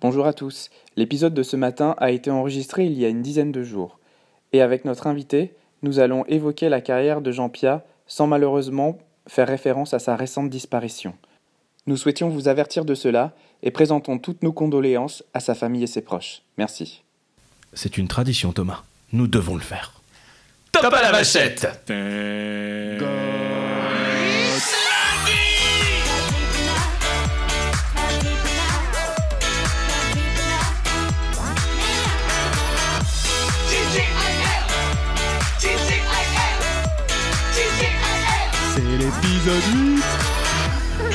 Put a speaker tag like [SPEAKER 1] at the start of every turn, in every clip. [SPEAKER 1] Bonjour à tous. L'épisode de ce matin a été enregistré il y a une dizaine de jours. Et avec notre invité, nous allons évoquer la carrière de Jean Pia sans malheureusement faire référence à sa récente disparition. Nous souhaitions vous avertir de cela et présentons toutes nos condoléances à sa famille et ses proches. Merci.
[SPEAKER 2] C'est une tradition, Thomas. Nous devons le faire.
[SPEAKER 3] Top à la vachette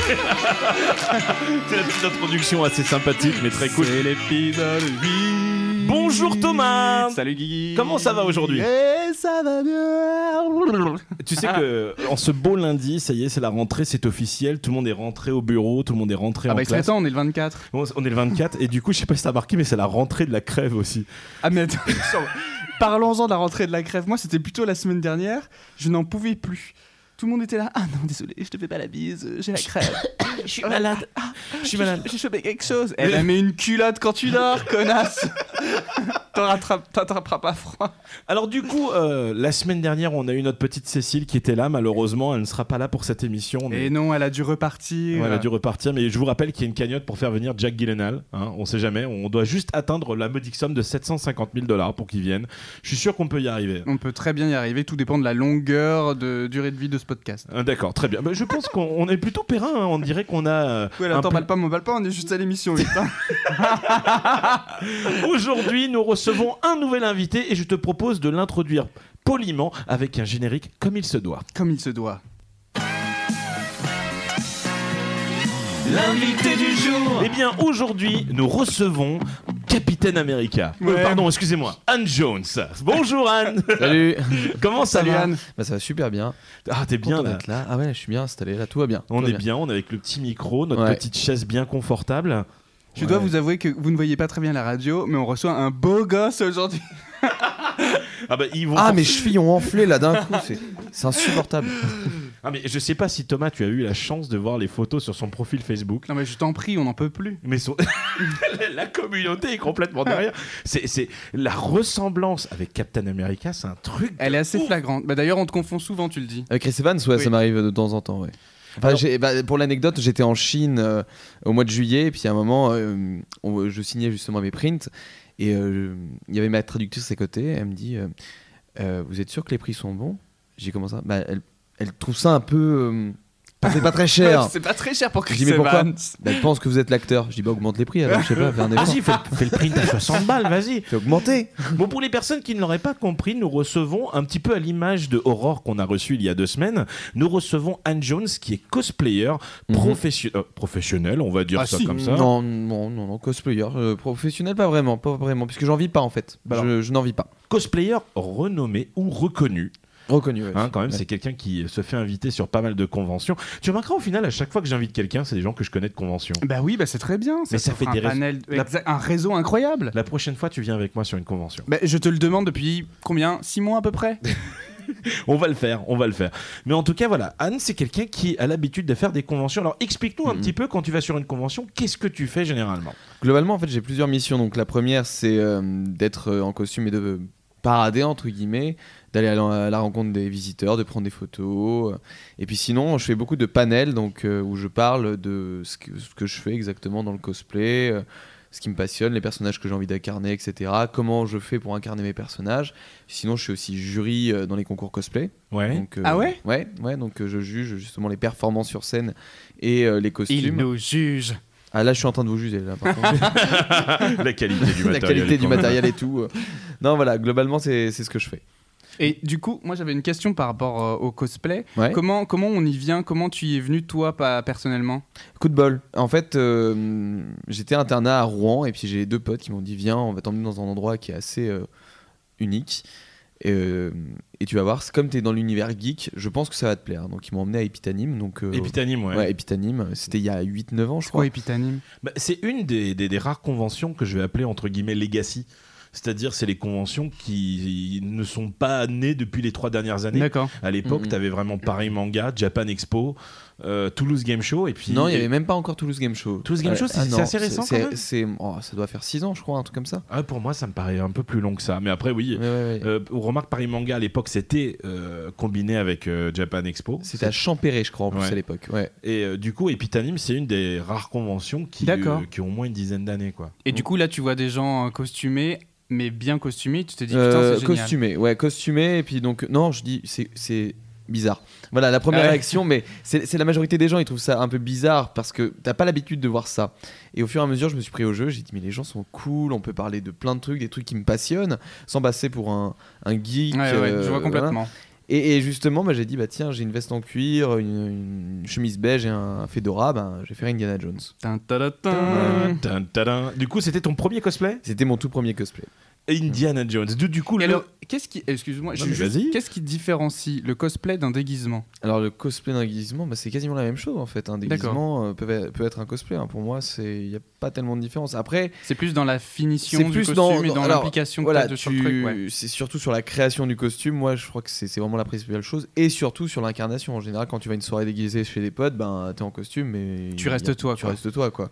[SPEAKER 3] C'est la petite introduction assez sympathique mais très cool.
[SPEAKER 4] C'est l'épisode 8.
[SPEAKER 3] Bonjour Thomas
[SPEAKER 4] Salut Guigui
[SPEAKER 3] Comment ça va aujourd'hui
[SPEAKER 4] Eh, ça va bien
[SPEAKER 2] Tu sais que en ce beau lundi, ça y est, c'est la rentrée, c'est officiel. Tout le monde est rentré au bureau, tout le monde est rentré
[SPEAKER 4] Ah
[SPEAKER 2] en
[SPEAKER 4] bah il serait
[SPEAKER 2] classe.
[SPEAKER 4] temps, on est le 24.
[SPEAKER 2] On on est le 24 et du coup, je sais pas si t'as remarqué, mais c'est la rentrée de la crève aussi.
[SPEAKER 4] Ah mais attends, parlons-en de la rentrée de la crève. Moi c'était plutôt la semaine dernière, je n'en pouvais plus. Tout le monde était là. Ah non, désolé, je te fais pas la bise, euh, j'ai la crève. je suis malade. je suis malade. J'ai chopé quelque chose. Elle a mis une culotte quand tu dors, connasse. T'en rattrapes- T'attraperas pas froid.
[SPEAKER 2] Alors du coup, euh, la semaine dernière, on a eu notre petite Cécile qui était là. Malheureusement, elle ne sera pas là pour cette émission. On est-
[SPEAKER 4] Et Eh non, Oh, elle a dû repartir.
[SPEAKER 2] Ouais, elle a dû repartir, mais je vous rappelle qu'il y a une cagnotte pour faire venir Jack Gyllenhaal. Hein, on sait jamais. On doit juste atteindre la modique somme de 750 000 dollars pour qu'il vienne. Je suis sûr qu'on peut y arriver.
[SPEAKER 4] On peut très bien y arriver, tout dépend de la longueur de durée de vie de ce podcast.
[SPEAKER 2] Ah, D'accord, très bien. Bah, je pense qu'on on est plutôt périn. hein. On dirait qu'on a euh,
[SPEAKER 4] Ouais,
[SPEAKER 2] un
[SPEAKER 4] là,
[SPEAKER 2] plan-
[SPEAKER 4] t'emballes pas, m'emballe pas, on est juste à l'émission, vite. hein.
[SPEAKER 2] Aujourd'hui, nous recevons un nouvel invité et je te propose de l'introduire poliment avec un générique comme il se doit.
[SPEAKER 4] Comme il se doit.
[SPEAKER 3] L'invité du jour
[SPEAKER 2] Eh bien, aujourd'hui, nous recevons Capitaine America. Euh,
[SPEAKER 4] Ouais.
[SPEAKER 2] pardon, excusez-moi, Anne Jones. Bonjour Anne.
[SPEAKER 5] Salut
[SPEAKER 2] Comment ça
[SPEAKER 4] Salut
[SPEAKER 2] va
[SPEAKER 4] Anne.
[SPEAKER 5] Bah ça va super bien.
[SPEAKER 2] Ah, t'es bien
[SPEAKER 5] Content
[SPEAKER 2] là.
[SPEAKER 5] d'être là. Ah ouais, je suis bien installé là, tout va bien.
[SPEAKER 2] On
[SPEAKER 5] Tout va
[SPEAKER 2] est bien, on est avec le petit micro, notre
[SPEAKER 5] Ouais.
[SPEAKER 2] petite chaise bien confortable.
[SPEAKER 4] Je dois
[SPEAKER 5] Ouais.
[SPEAKER 4] vous avouer que vous ne voyez pas très bien la radio, mais on reçoit un beau gosse aujourd'hui.
[SPEAKER 2] Ah bah ils vont.
[SPEAKER 5] Ah mes chevilles ont enflé là d'un coup, c'est c'est insupportable.
[SPEAKER 2] Ah, mais je sais pas si Thomas, tu as eu la chance de voir les photos sur son profil Facebook.
[SPEAKER 4] Non mais je t'en prie, on n'en peut plus.
[SPEAKER 2] Mais son- la communauté est complètement derrière. C'est c'est- la ressemblance avec Captain America, c'est un truc.
[SPEAKER 4] Elle est assez
[SPEAKER 2] Ouh.
[SPEAKER 4] flagrante. Bah d'ailleurs, on te confond souvent, tu le dis.
[SPEAKER 5] Avec Euh, Chris Evans, ouais,
[SPEAKER 4] Oui.
[SPEAKER 5] ça m'arrive de temps en temps, ouais. Enfin,
[SPEAKER 2] Alors-
[SPEAKER 5] j'ai- bah, pour l'anecdote, j'étais en Chine euh, au mois de juillet, et puis à un moment, euh, on- je signais justement mes prints, et euh, il y avait ma traductrice à côté, elle me dit euh, Euh, Vous êtes sûr que les prix sont bons J'ai commencé à. Bah, elle, elle trouve ça un peu. euh, pas- c'est pas très cher.
[SPEAKER 4] C'est pas très cher pour Chris
[SPEAKER 5] J'ai dit, mais pourquoi
[SPEAKER 4] Evans.
[SPEAKER 5] Bah, elle pense que vous êtes l'acteur. Je dis Bah, augmente les prix alors, je sais pas, fais un effort.
[SPEAKER 2] Vas-y, fais, fais le print à 60 balles, vas-y.
[SPEAKER 5] Fais augmenter
[SPEAKER 2] Bon, pour les personnes qui ne l'auraient pas compris, nous recevons, un petit peu à l'image de Aurore qu'on a reçue il y a deux semaines, nous recevons Anne Jones qui est cosplayer
[SPEAKER 5] Mhm.
[SPEAKER 2] profession- euh, professionnel, on va dire
[SPEAKER 4] Ah
[SPEAKER 2] ça
[SPEAKER 4] si,
[SPEAKER 2] comme ça.
[SPEAKER 5] Non, non, non, non, cosplayer euh, professionnel, pas vraiment, pas vraiment, puisque j'en vis pas en fait.
[SPEAKER 2] Bah
[SPEAKER 5] je je n'en vis pas.
[SPEAKER 2] Cosplayer renommé ou reconnu,
[SPEAKER 5] Reconnu. ouais.
[SPEAKER 2] hein, quand même,
[SPEAKER 5] Ouais.
[SPEAKER 2] c'est quelqu'un qui se fait inviter sur pas mal de conventions. Tu remarqueras au final, à chaque fois que j'invite quelqu'un, c'est des gens que je connais de convention.
[SPEAKER 4] Bah oui, bah c'est très bien.
[SPEAKER 2] Mais ça
[SPEAKER 4] t'offre
[SPEAKER 2] fait
[SPEAKER 4] un
[SPEAKER 2] des réseaux.
[SPEAKER 4] panel,
[SPEAKER 2] La-
[SPEAKER 4] exact- un réseau incroyable.
[SPEAKER 2] La prochaine fois, tu viens avec moi sur une convention.
[SPEAKER 4] Bah, je te le demande depuis combien 6 mois à peu près
[SPEAKER 2] On va le faire, on va le faire. Mais en tout cas, voilà, Anne, c'est quelqu'un qui a l'habitude de faire des conventions. Alors explique-nous un
[SPEAKER 5] Mhm.
[SPEAKER 2] petit peu quand tu vas sur une convention, qu'est-ce que tu fais généralement
[SPEAKER 5] Globalement, en fait, j'ai plusieurs missions. Donc la première, c'est euh, d'être euh, en costume et de parader entre guillemets, d'aller à la, à la rencontre des visiteurs, de prendre des photos. euh. Et puis sinon, je fais beaucoup de panels, donc euh, où je parle de ce que, ce que je fais exactement dans le cosplay. euh, ce qui me passionne, les personnages que j'ai envie d'incarner, etc. Comment je fais pour incarner mes personnages. Sinon, je suis aussi jury euh, dans les concours cosplay.
[SPEAKER 2] Ouais.
[SPEAKER 5] Donc, euh,
[SPEAKER 4] Ah ouais
[SPEAKER 5] Ouais, ouais, donc euh, je juge justement les performances sur scène et euh, les costumes.
[SPEAKER 4] juge.
[SPEAKER 5] Ah là, je suis en train de vous juger, là, par contre.
[SPEAKER 2] la qualité du matériel.
[SPEAKER 5] La qualité du
[SPEAKER 2] quand même.
[SPEAKER 5] matériel et tout. euh. Non, voilà, globalement, c'est c'est ce que je fais.
[SPEAKER 4] Et du coup, moi j'avais une question par rapport euh, au cosplay.
[SPEAKER 5] Ouais.
[SPEAKER 4] Comment, comment on y vient Comment tu y es venu toi pas personnellement
[SPEAKER 5] Coup de bol. En fait, euh, j'étais internat à Rouen et puis j'ai deux potes qui m'ont dit Viens, on va t'emmener dans un endroit qui est assez euh, unique. Et, euh, et tu vas voir, c'est comme tu es dans l'univers geek, je pense que ça va te plaire. Donc, ils m'ont emmené à Epitanime. Donc, euh,
[SPEAKER 2] Épitanime, ouais.
[SPEAKER 5] ouais, Epitanime. C'était il y a 8-9 ans, je crois.
[SPEAKER 4] Pourquoi Epitanime
[SPEAKER 2] Bah, c'est une des, des- des rares conventions que je vais appeler entre guillemets legacy. C'est-à-dire, c'est les conventions qui ne sont pas nées depuis les trois dernières années.
[SPEAKER 4] D'accord.
[SPEAKER 2] À l'époque,
[SPEAKER 5] Mhm.
[SPEAKER 2] tu avais vraiment Paris Manga, Japan Expo, euh, Toulouse Game Show et puis
[SPEAKER 5] Non, il n'y
[SPEAKER 2] et-
[SPEAKER 5] avait même pas encore Toulouse Game Show. Ah
[SPEAKER 2] Toulouse Game Show, c'est- c'est
[SPEAKER 5] non,
[SPEAKER 2] assez récent,
[SPEAKER 5] c'est-
[SPEAKER 2] quand même.
[SPEAKER 5] c'est- oh, ça doit faire 6 ans, je crois, un truc comme ça.
[SPEAKER 2] Ah, pour moi ça me paraît un peu plus long que ça mais après oui
[SPEAKER 5] Ouais, ouais, ouais.
[SPEAKER 2] Euh, remarque Paris Manga à l'époque c'était euh, combiné avec euh, Japan Expo
[SPEAKER 5] C'était à Champéry, je crois, en plus
[SPEAKER 2] Ouais.
[SPEAKER 5] à l'époque. Ouais.
[SPEAKER 2] et euh, du coup Epitanime c'est une des rares conventions qui,
[SPEAKER 4] D'accord.
[SPEAKER 2] euh, qui ont au moins une dizaine d'années quoi
[SPEAKER 4] Et du coup, là, tu vois des gens euh, costumés, mais bien costumés. Tu te dis, putain,
[SPEAKER 5] Euh,
[SPEAKER 4] c'est génial.
[SPEAKER 5] costumé, ouais, costumé. Et puis donc, non, je dis, c'est- c'est bizarre. Voilà la première
[SPEAKER 4] Ah ouais.
[SPEAKER 5] réaction, mais c'est c'est la majorité des gens, ils trouvent ça un peu bizarre parce que t'as pas l'habitude de voir ça. Et au fur et à mesure, je me suis pris au jeu, j'ai dit, mais les gens sont cool, on peut parler de plein de trucs, des trucs qui me passionnent, sans passer pour un, un geek.
[SPEAKER 4] Ouais, ouais,
[SPEAKER 5] euh,
[SPEAKER 4] je vois
[SPEAKER 5] voilà.
[SPEAKER 4] complètement.
[SPEAKER 5] Et, et justement, bah, j'ai dit, bah tiens, j'ai une veste en cuir, une, une chemise beige et un fedora, bah, je vais faire Indiana Jones.
[SPEAKER 4] Tin, ta, ta, tin.
[SPEAKER 2] Tin, tadin. du coup c'était ton premier cosplay
[SPEAKER 5] C'était mon tout premier cosplay.
[SPEAKER 2] Indiana Jones du, du coup
[SPEAKER 4] Et
[SPEAKER 2] le-
[SPEAKER 4] alors, qu'est-ce qui, excuse-moi,
[SPEAKER 2] Non,
[SPEAKER 4] je-
[SPEAKER 2] mais
[SPEAKER 4] juste-
[SPEAKER 2] vas-y.
[SPEAKER 4] qu'est-ce qui différencie le cosplay d'un déguisement
[SPEAKER 5] Alors le cosplay d'un déguisement, bah, c'est quasiment la même chose en fait. Un déguisement euh, peut, être- peut être un cosplay. hein. Pour moi, c'est il n'y a pas tellement de différence. Après,
[SPEAKER 4] C'est plus dans la finition
[SPEAKER 5] C'est
[SPEAKER 4] du
[SPEAKER 5] plus
[SPEAKER 4] costume
[SPEAKER 5] dans-
[SPEAKER 4] et dans
[SPEAKER 5] dans- alors,
[SPEAKER 4] l'application
[SPEAKER 5] voilà,
[SPEAKER 4] de
[SPEAKER 5] tu-
[SPEAKER 4] sur le truc. ouais.
[SPEAKER 5] c'est surtout sur la création du costume. Moi, je crois que c'est c'est vraiment la principale chose, et surtout sur l'incarnation. En général, quand tu vas à une soirée déguisée chez des potes, ben t'es en costume, mais
[SPEAKER 4] Tu
[SPEAKER 5] il y a-
[SPEAKER 4] restes toi,
[SPEAKER 5] Tu
[SPEAKER 4] quoi.
[SPEAKER 5] restes toi, quoi.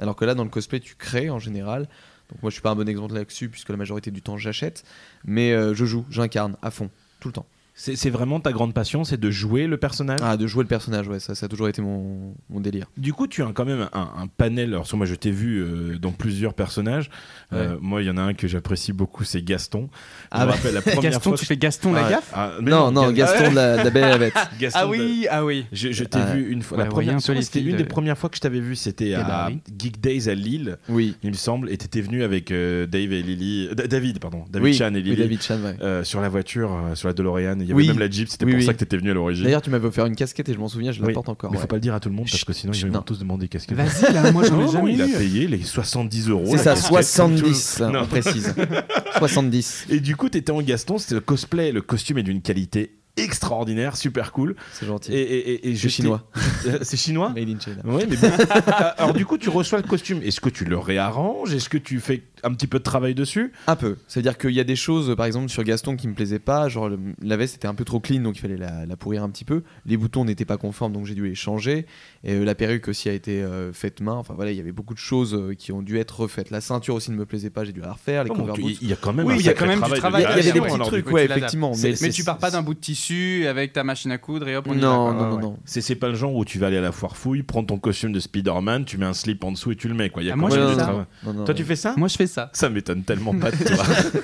[SPEAKER 5] Alors que là, dans le cosplay, tu crées en général. Donc moi, je suis pas un bon exemple là-dessus puisque la majorité du temps, j'achète, mais euh, je joue, j'incarne à fond, tout le temps.
[SPEAKER 2] c'est c'est vraiment ta grande passion c'est de jouer le personnage
[SPEAKER 5] Ah, de jouer le personnage, ouais, ça, ça a toujours été mon, mon délire.
[SPEAKER 2] Du coup, tu as quand même un, un panel. Alors, sur moi, je t'ai vu euh, dans plusieurs personnages. Euh, moi, il y en a un que j'apprécie beaucoup, c'est Gaston. Je
[SPEAKER 5] Ah
[SPEAKER 2] me
[SPEAKER 5] bah.
[SPEAKER 2] rappelle la première
[SPEAKER 4] Gaston,
[SPEAKER 2] fois.
[SPEAKER 4] tu fais Gaston la
[SPEAKER 5] Ah,
[SPEAKER 4] gaffe
[SPEAKER 2] Ah, mais
[SPEAKER 5] Non, non,
[SPEAKER 2] Ga-
[SPEAKER 5] Gaston de la, de la Belle et la Bête.
[SPEAKER 2] Gaston
[SPEAKER 4] Ah
[SPEAKER 2] de-
[SPEAKER 4] oui, ah oui.
[SPEAKER 2] Je, je t'ai
[SPEAKER 5] Ah.
[SPEAKER 2] vu une fois.
[SPEAKER 4] Ouais,
[SPEAKER 2] la
[SPEAKER 4] voyez un
[SPEAKER 2] première,
[SPEAKER 4] peu les
[SPEAKER 2] c'était
[SPEAKER 4] styles,
[SPEAKER 2] une des
[SPEAKER 4] euh.
[SPEAKER 2] premières fois que je t'avais vu. C'était
[SPEAKER 4] Eh bah
[SPEAKER 2] à
[SPEAKER 4] oui.
[SPEAKER 2] Geek Days à Lille,
[SPEAKER 5] Oui.
[SPEAKER 2] il me semble. Et t'étais venu avec euh, Dave et Lily, D- David, pardon, David
[SPEAKER 5] oui.
[SPEAKER 2] Chan et
[SPEAKER 5] oui,
[SPEAKER 2] Lily.
[SPEAKER 5] David Chan, ouais.
[SPEAKER 2] euh, sur la voiture, euh, sur la DeLorean, il y avait
[SPEAKER 5] Oui.
[SPEAKER 2] même la Jeep, c'était
[SPEAKER 5] Oui,
[SPEAKER 2] pour
[SPEAKER 5] oui.
[SPEAKER 2] ça que t'étais venu à l'origine.
[SPEAKER 5] D'ailleurs, tu m'avais offert une casquette et je m'en souviens, je la
[SPEAKER 2] Oui.
[SPEAKER 5] porte encore.
[SPEAKER 2] Mais
[SPEAKER 5] ouais.
[SPEAKER 2] faut pas le dire à tout le monde parce que sinon ils
[SPEAKER 5] chut,
[SPEAKER 2] vont
[SPEAKER 5] non.
[SPEAKER 2] tous demander qu'est-ce que
[SPEAKER 4] Vas-y, là, moi j'en ai
[SPEAKER 2] Non,
[SPEAKER 4] jamais
[SPEAKER 2] Oh, il a
[SPEAKER 4] eu.
[SPEAKER 2] payé les 70 euros.
[SPEAKER 5] C'est
[SPEAKER 2] Oh, la
[SPEAKER 5] ça,
[SPEAKER 2] casquette,
[SPEAKER 5] 70,
[SPEAKER 2] comme tout.
[SPEAKER 5] on
[SPEAKER 2] Non.
[SPEAKER 5] précise. 70,
[SPEAKER 2] Et du coup, t'étais en Gaston, c'était le cosplay, le costume est d'une qualité extraordinaire, super cool.
[SPEAKER 5] c'est gentil.
[SPEAKER 2] Et, et- et- et
[SPEAKER 5] je suis
[SPEAKER 2] j'étais-
[SPEAKER 5] chinois.
[SPEAKER 2] Euh, C'est chinois
[SPEAKER 5] Made in China.
[SPEAKER 2] Ouais, mais bon. Euh, Alors du coup, tu reçois le costume. Est-ce que tu le réarranges Est-ce que tu fais un petit peu de travail dessus
[SPEAKER 5] Un peu. C'est-à-dire qu'il y a des choses, par exemple, sur Gaston qui me plaisaient pas. Genre, le- la veste était un peu trop clean, donc il fallait la, la pourrir un petit peu. Les boutons n'étaient pas conformes, donc j'ai dû les changer. Et euh, la perruque aussi a été euh, faite main. Enfin voilà, il y avait beaucoup de choses euh, qui ont dû être refaites. La ceinture aussi ne me plaisait pas, j'ai dû la refaire. Les
[SPEAKER 2] Non, donc,
[SPEAKER 5] cover
[SPEAKER 2] Il
[SPEAKER 5] boots.
[SPEAKER 2] il y a quand même
[SPEAKER 4] Oui,
[SPEAKER 2] un
[SPEAKER 4] il y a
[SPEAKER 2] sacré
[SPEAKER 4] quand même
[SPEAKER 2] travail.
[SPEAKER 5] Il
[SPEAKER 4] du
[SPEAKER 5] y
[SPEAKER 4] travail.
[SPEAKER 2] de-
[SPEAKER 4] Ah,
[SPEAKER 5] avait
[SPEAKER 4] c'est
[SPEAKER 5] des
[SPEAKER 4] bon,
[SPEAKER 5] petits
[SPEAKER 4] alors, du
[SPEAKER 5] trucs,
[SPEAKER 4] coup,
[SPEAKER 5] ouais,
[SPEAKER 4] tu l'adaptes.
[SPEAKER 5] effectivement.
[SPEAKER 2] C'est-
[SPEAKER 5] Mais,
[SPEAKER 4] Mais tu pars pas d'un bout de tissu avec ta machine à coudre et hop, on y va.
[SPEAKER 5] Non,
[SPEAKER 4] quoi. Ouais,
[SPEAKER 5] non, non,
[SPEAKER 4] ouais.
[SPEAKER 5] non.
[SPEAKER 2] C'est c'est pas le genre où tu vas aller à la foire fouille, prends ton costume de Spider-Man, tu mets un slip en dessous et tu le mets. Quoi. Il y a
[SPEAKER 4] Ah,
[SPEAKER 2] quand
[SPEAKER 4] moi,
[SPEAKER 2] même
[SPEAKER 4] j'aime
[SPEAKER 2] du
[SPEAKER 4] ça.
[SPEAKER 2] travail.
[SPEAKER 5] Non, non,
[SPEAKER 2] Toi,
[SPEAKER 5] non.
[SPEAKER 2] tu fais ça
[SPEAKER 4] Moi je fais ça.
[SPEAKER 2] Ça m'étonne tellement pas de toi.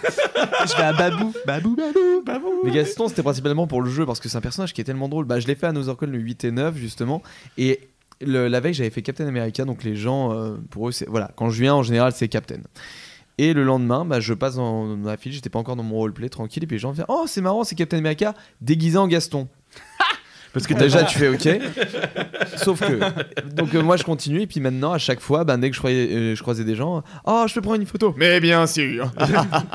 [SPEAKER 4] Je vais à Babou. Babou, Babou, Babou.
[SPEAKER 5] Mais Gaston, c'était principalement pour le jeu parce que c'est un personnage qui est tellement drôle. Bah, je l'ai fait à Nos Orcon le 8 et 9, justement. Et le- la veille, j'avais fait Captain America. Donc, les gens, euh, pour eux, c'est. Voilà, quand je viens, en général, c'est Captain. Et le lendemain, bah, je passe dans ma file, j'étais pas encore dans mon roleplay tranquille. Et puis les gens me disent Oh, c'est marrant, c'est Captain America déguisé en Gaston.
[SPEAKER 2] Parce que
[SPEAKER 5] Que
[SPEAKER 2] t'as
[SPEAKER 5] déjà, tu fais OK. Sauf que. Donc, euh, moi, je continue. Et puis maintenant, à chaque fois, bah, dès que je croisais, euh, je croisais des gens, Oh, je peux prendre une photo. Mais bien sûr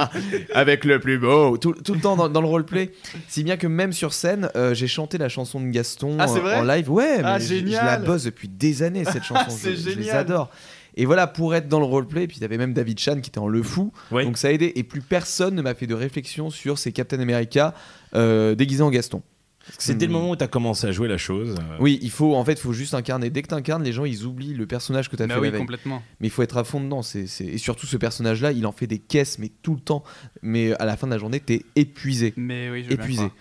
[SPEAKER 5] Avec le plus beau Tout, tout le temps dans, dans le roleplay. Si bien que même sur scène, euh, j'ai chanté la chanson de Gaston
[SPEAKER 4] Ah, c'est
[SPEAKER 5] euh,
[SPEAKER 4] vrai
[SPEAKER 5] en live. Ouais,
[SPEAKER 4] Ah,
[SPEAKER 5] mais je- je,
[SPEAKER 4] génial Ah,
[SPEAKER 5] la bosse depuis des années, cette chanson.
[SPEAKER 4] c'est
[SPEAKER 5] je, je les
[SPEAKER 4] génial
[SPEAKER 5] adore. Et voilà, pour être dans le roleplay, puis t'avais même David Chan qui était en le fou.
[SPEAKER 2] Ouais.
[SPEAKER 5] Donc ça a aidé. Et plus personne ne m'a fait de réflexion sur ces Captain America euh, déguisés en Gaston.
[SPEAKER 2] C'était
[SPEAKER 5] Hmm.
[SPEAKER 2] le moment où t'as commencé à jouer la chose. euh,
[SPEAKER 5] Oui, il faut en fait, faut juste incarner. Dès que t'incarnes, les gens ils oublient le personnage que t'as
[SPEAKER 4] Bah
[SPEAKER 5] fait
[SPEAKER 4] oui,
[SPEAKER 5] la veille.
[SPEAKER 4] complètement.
[SPEAKER 5] Mais il faut être à fond dedans. c'est- c'est- Et surtout ce personnage-là, il en fait des caisses, mais tout le temps. Mais à la fin de la journée, t'es épuisé,
[SPEAKER 4] Mais oui, je veux bien
[SPEAKER 5] épuisé.
[SPEAKER 4] croire.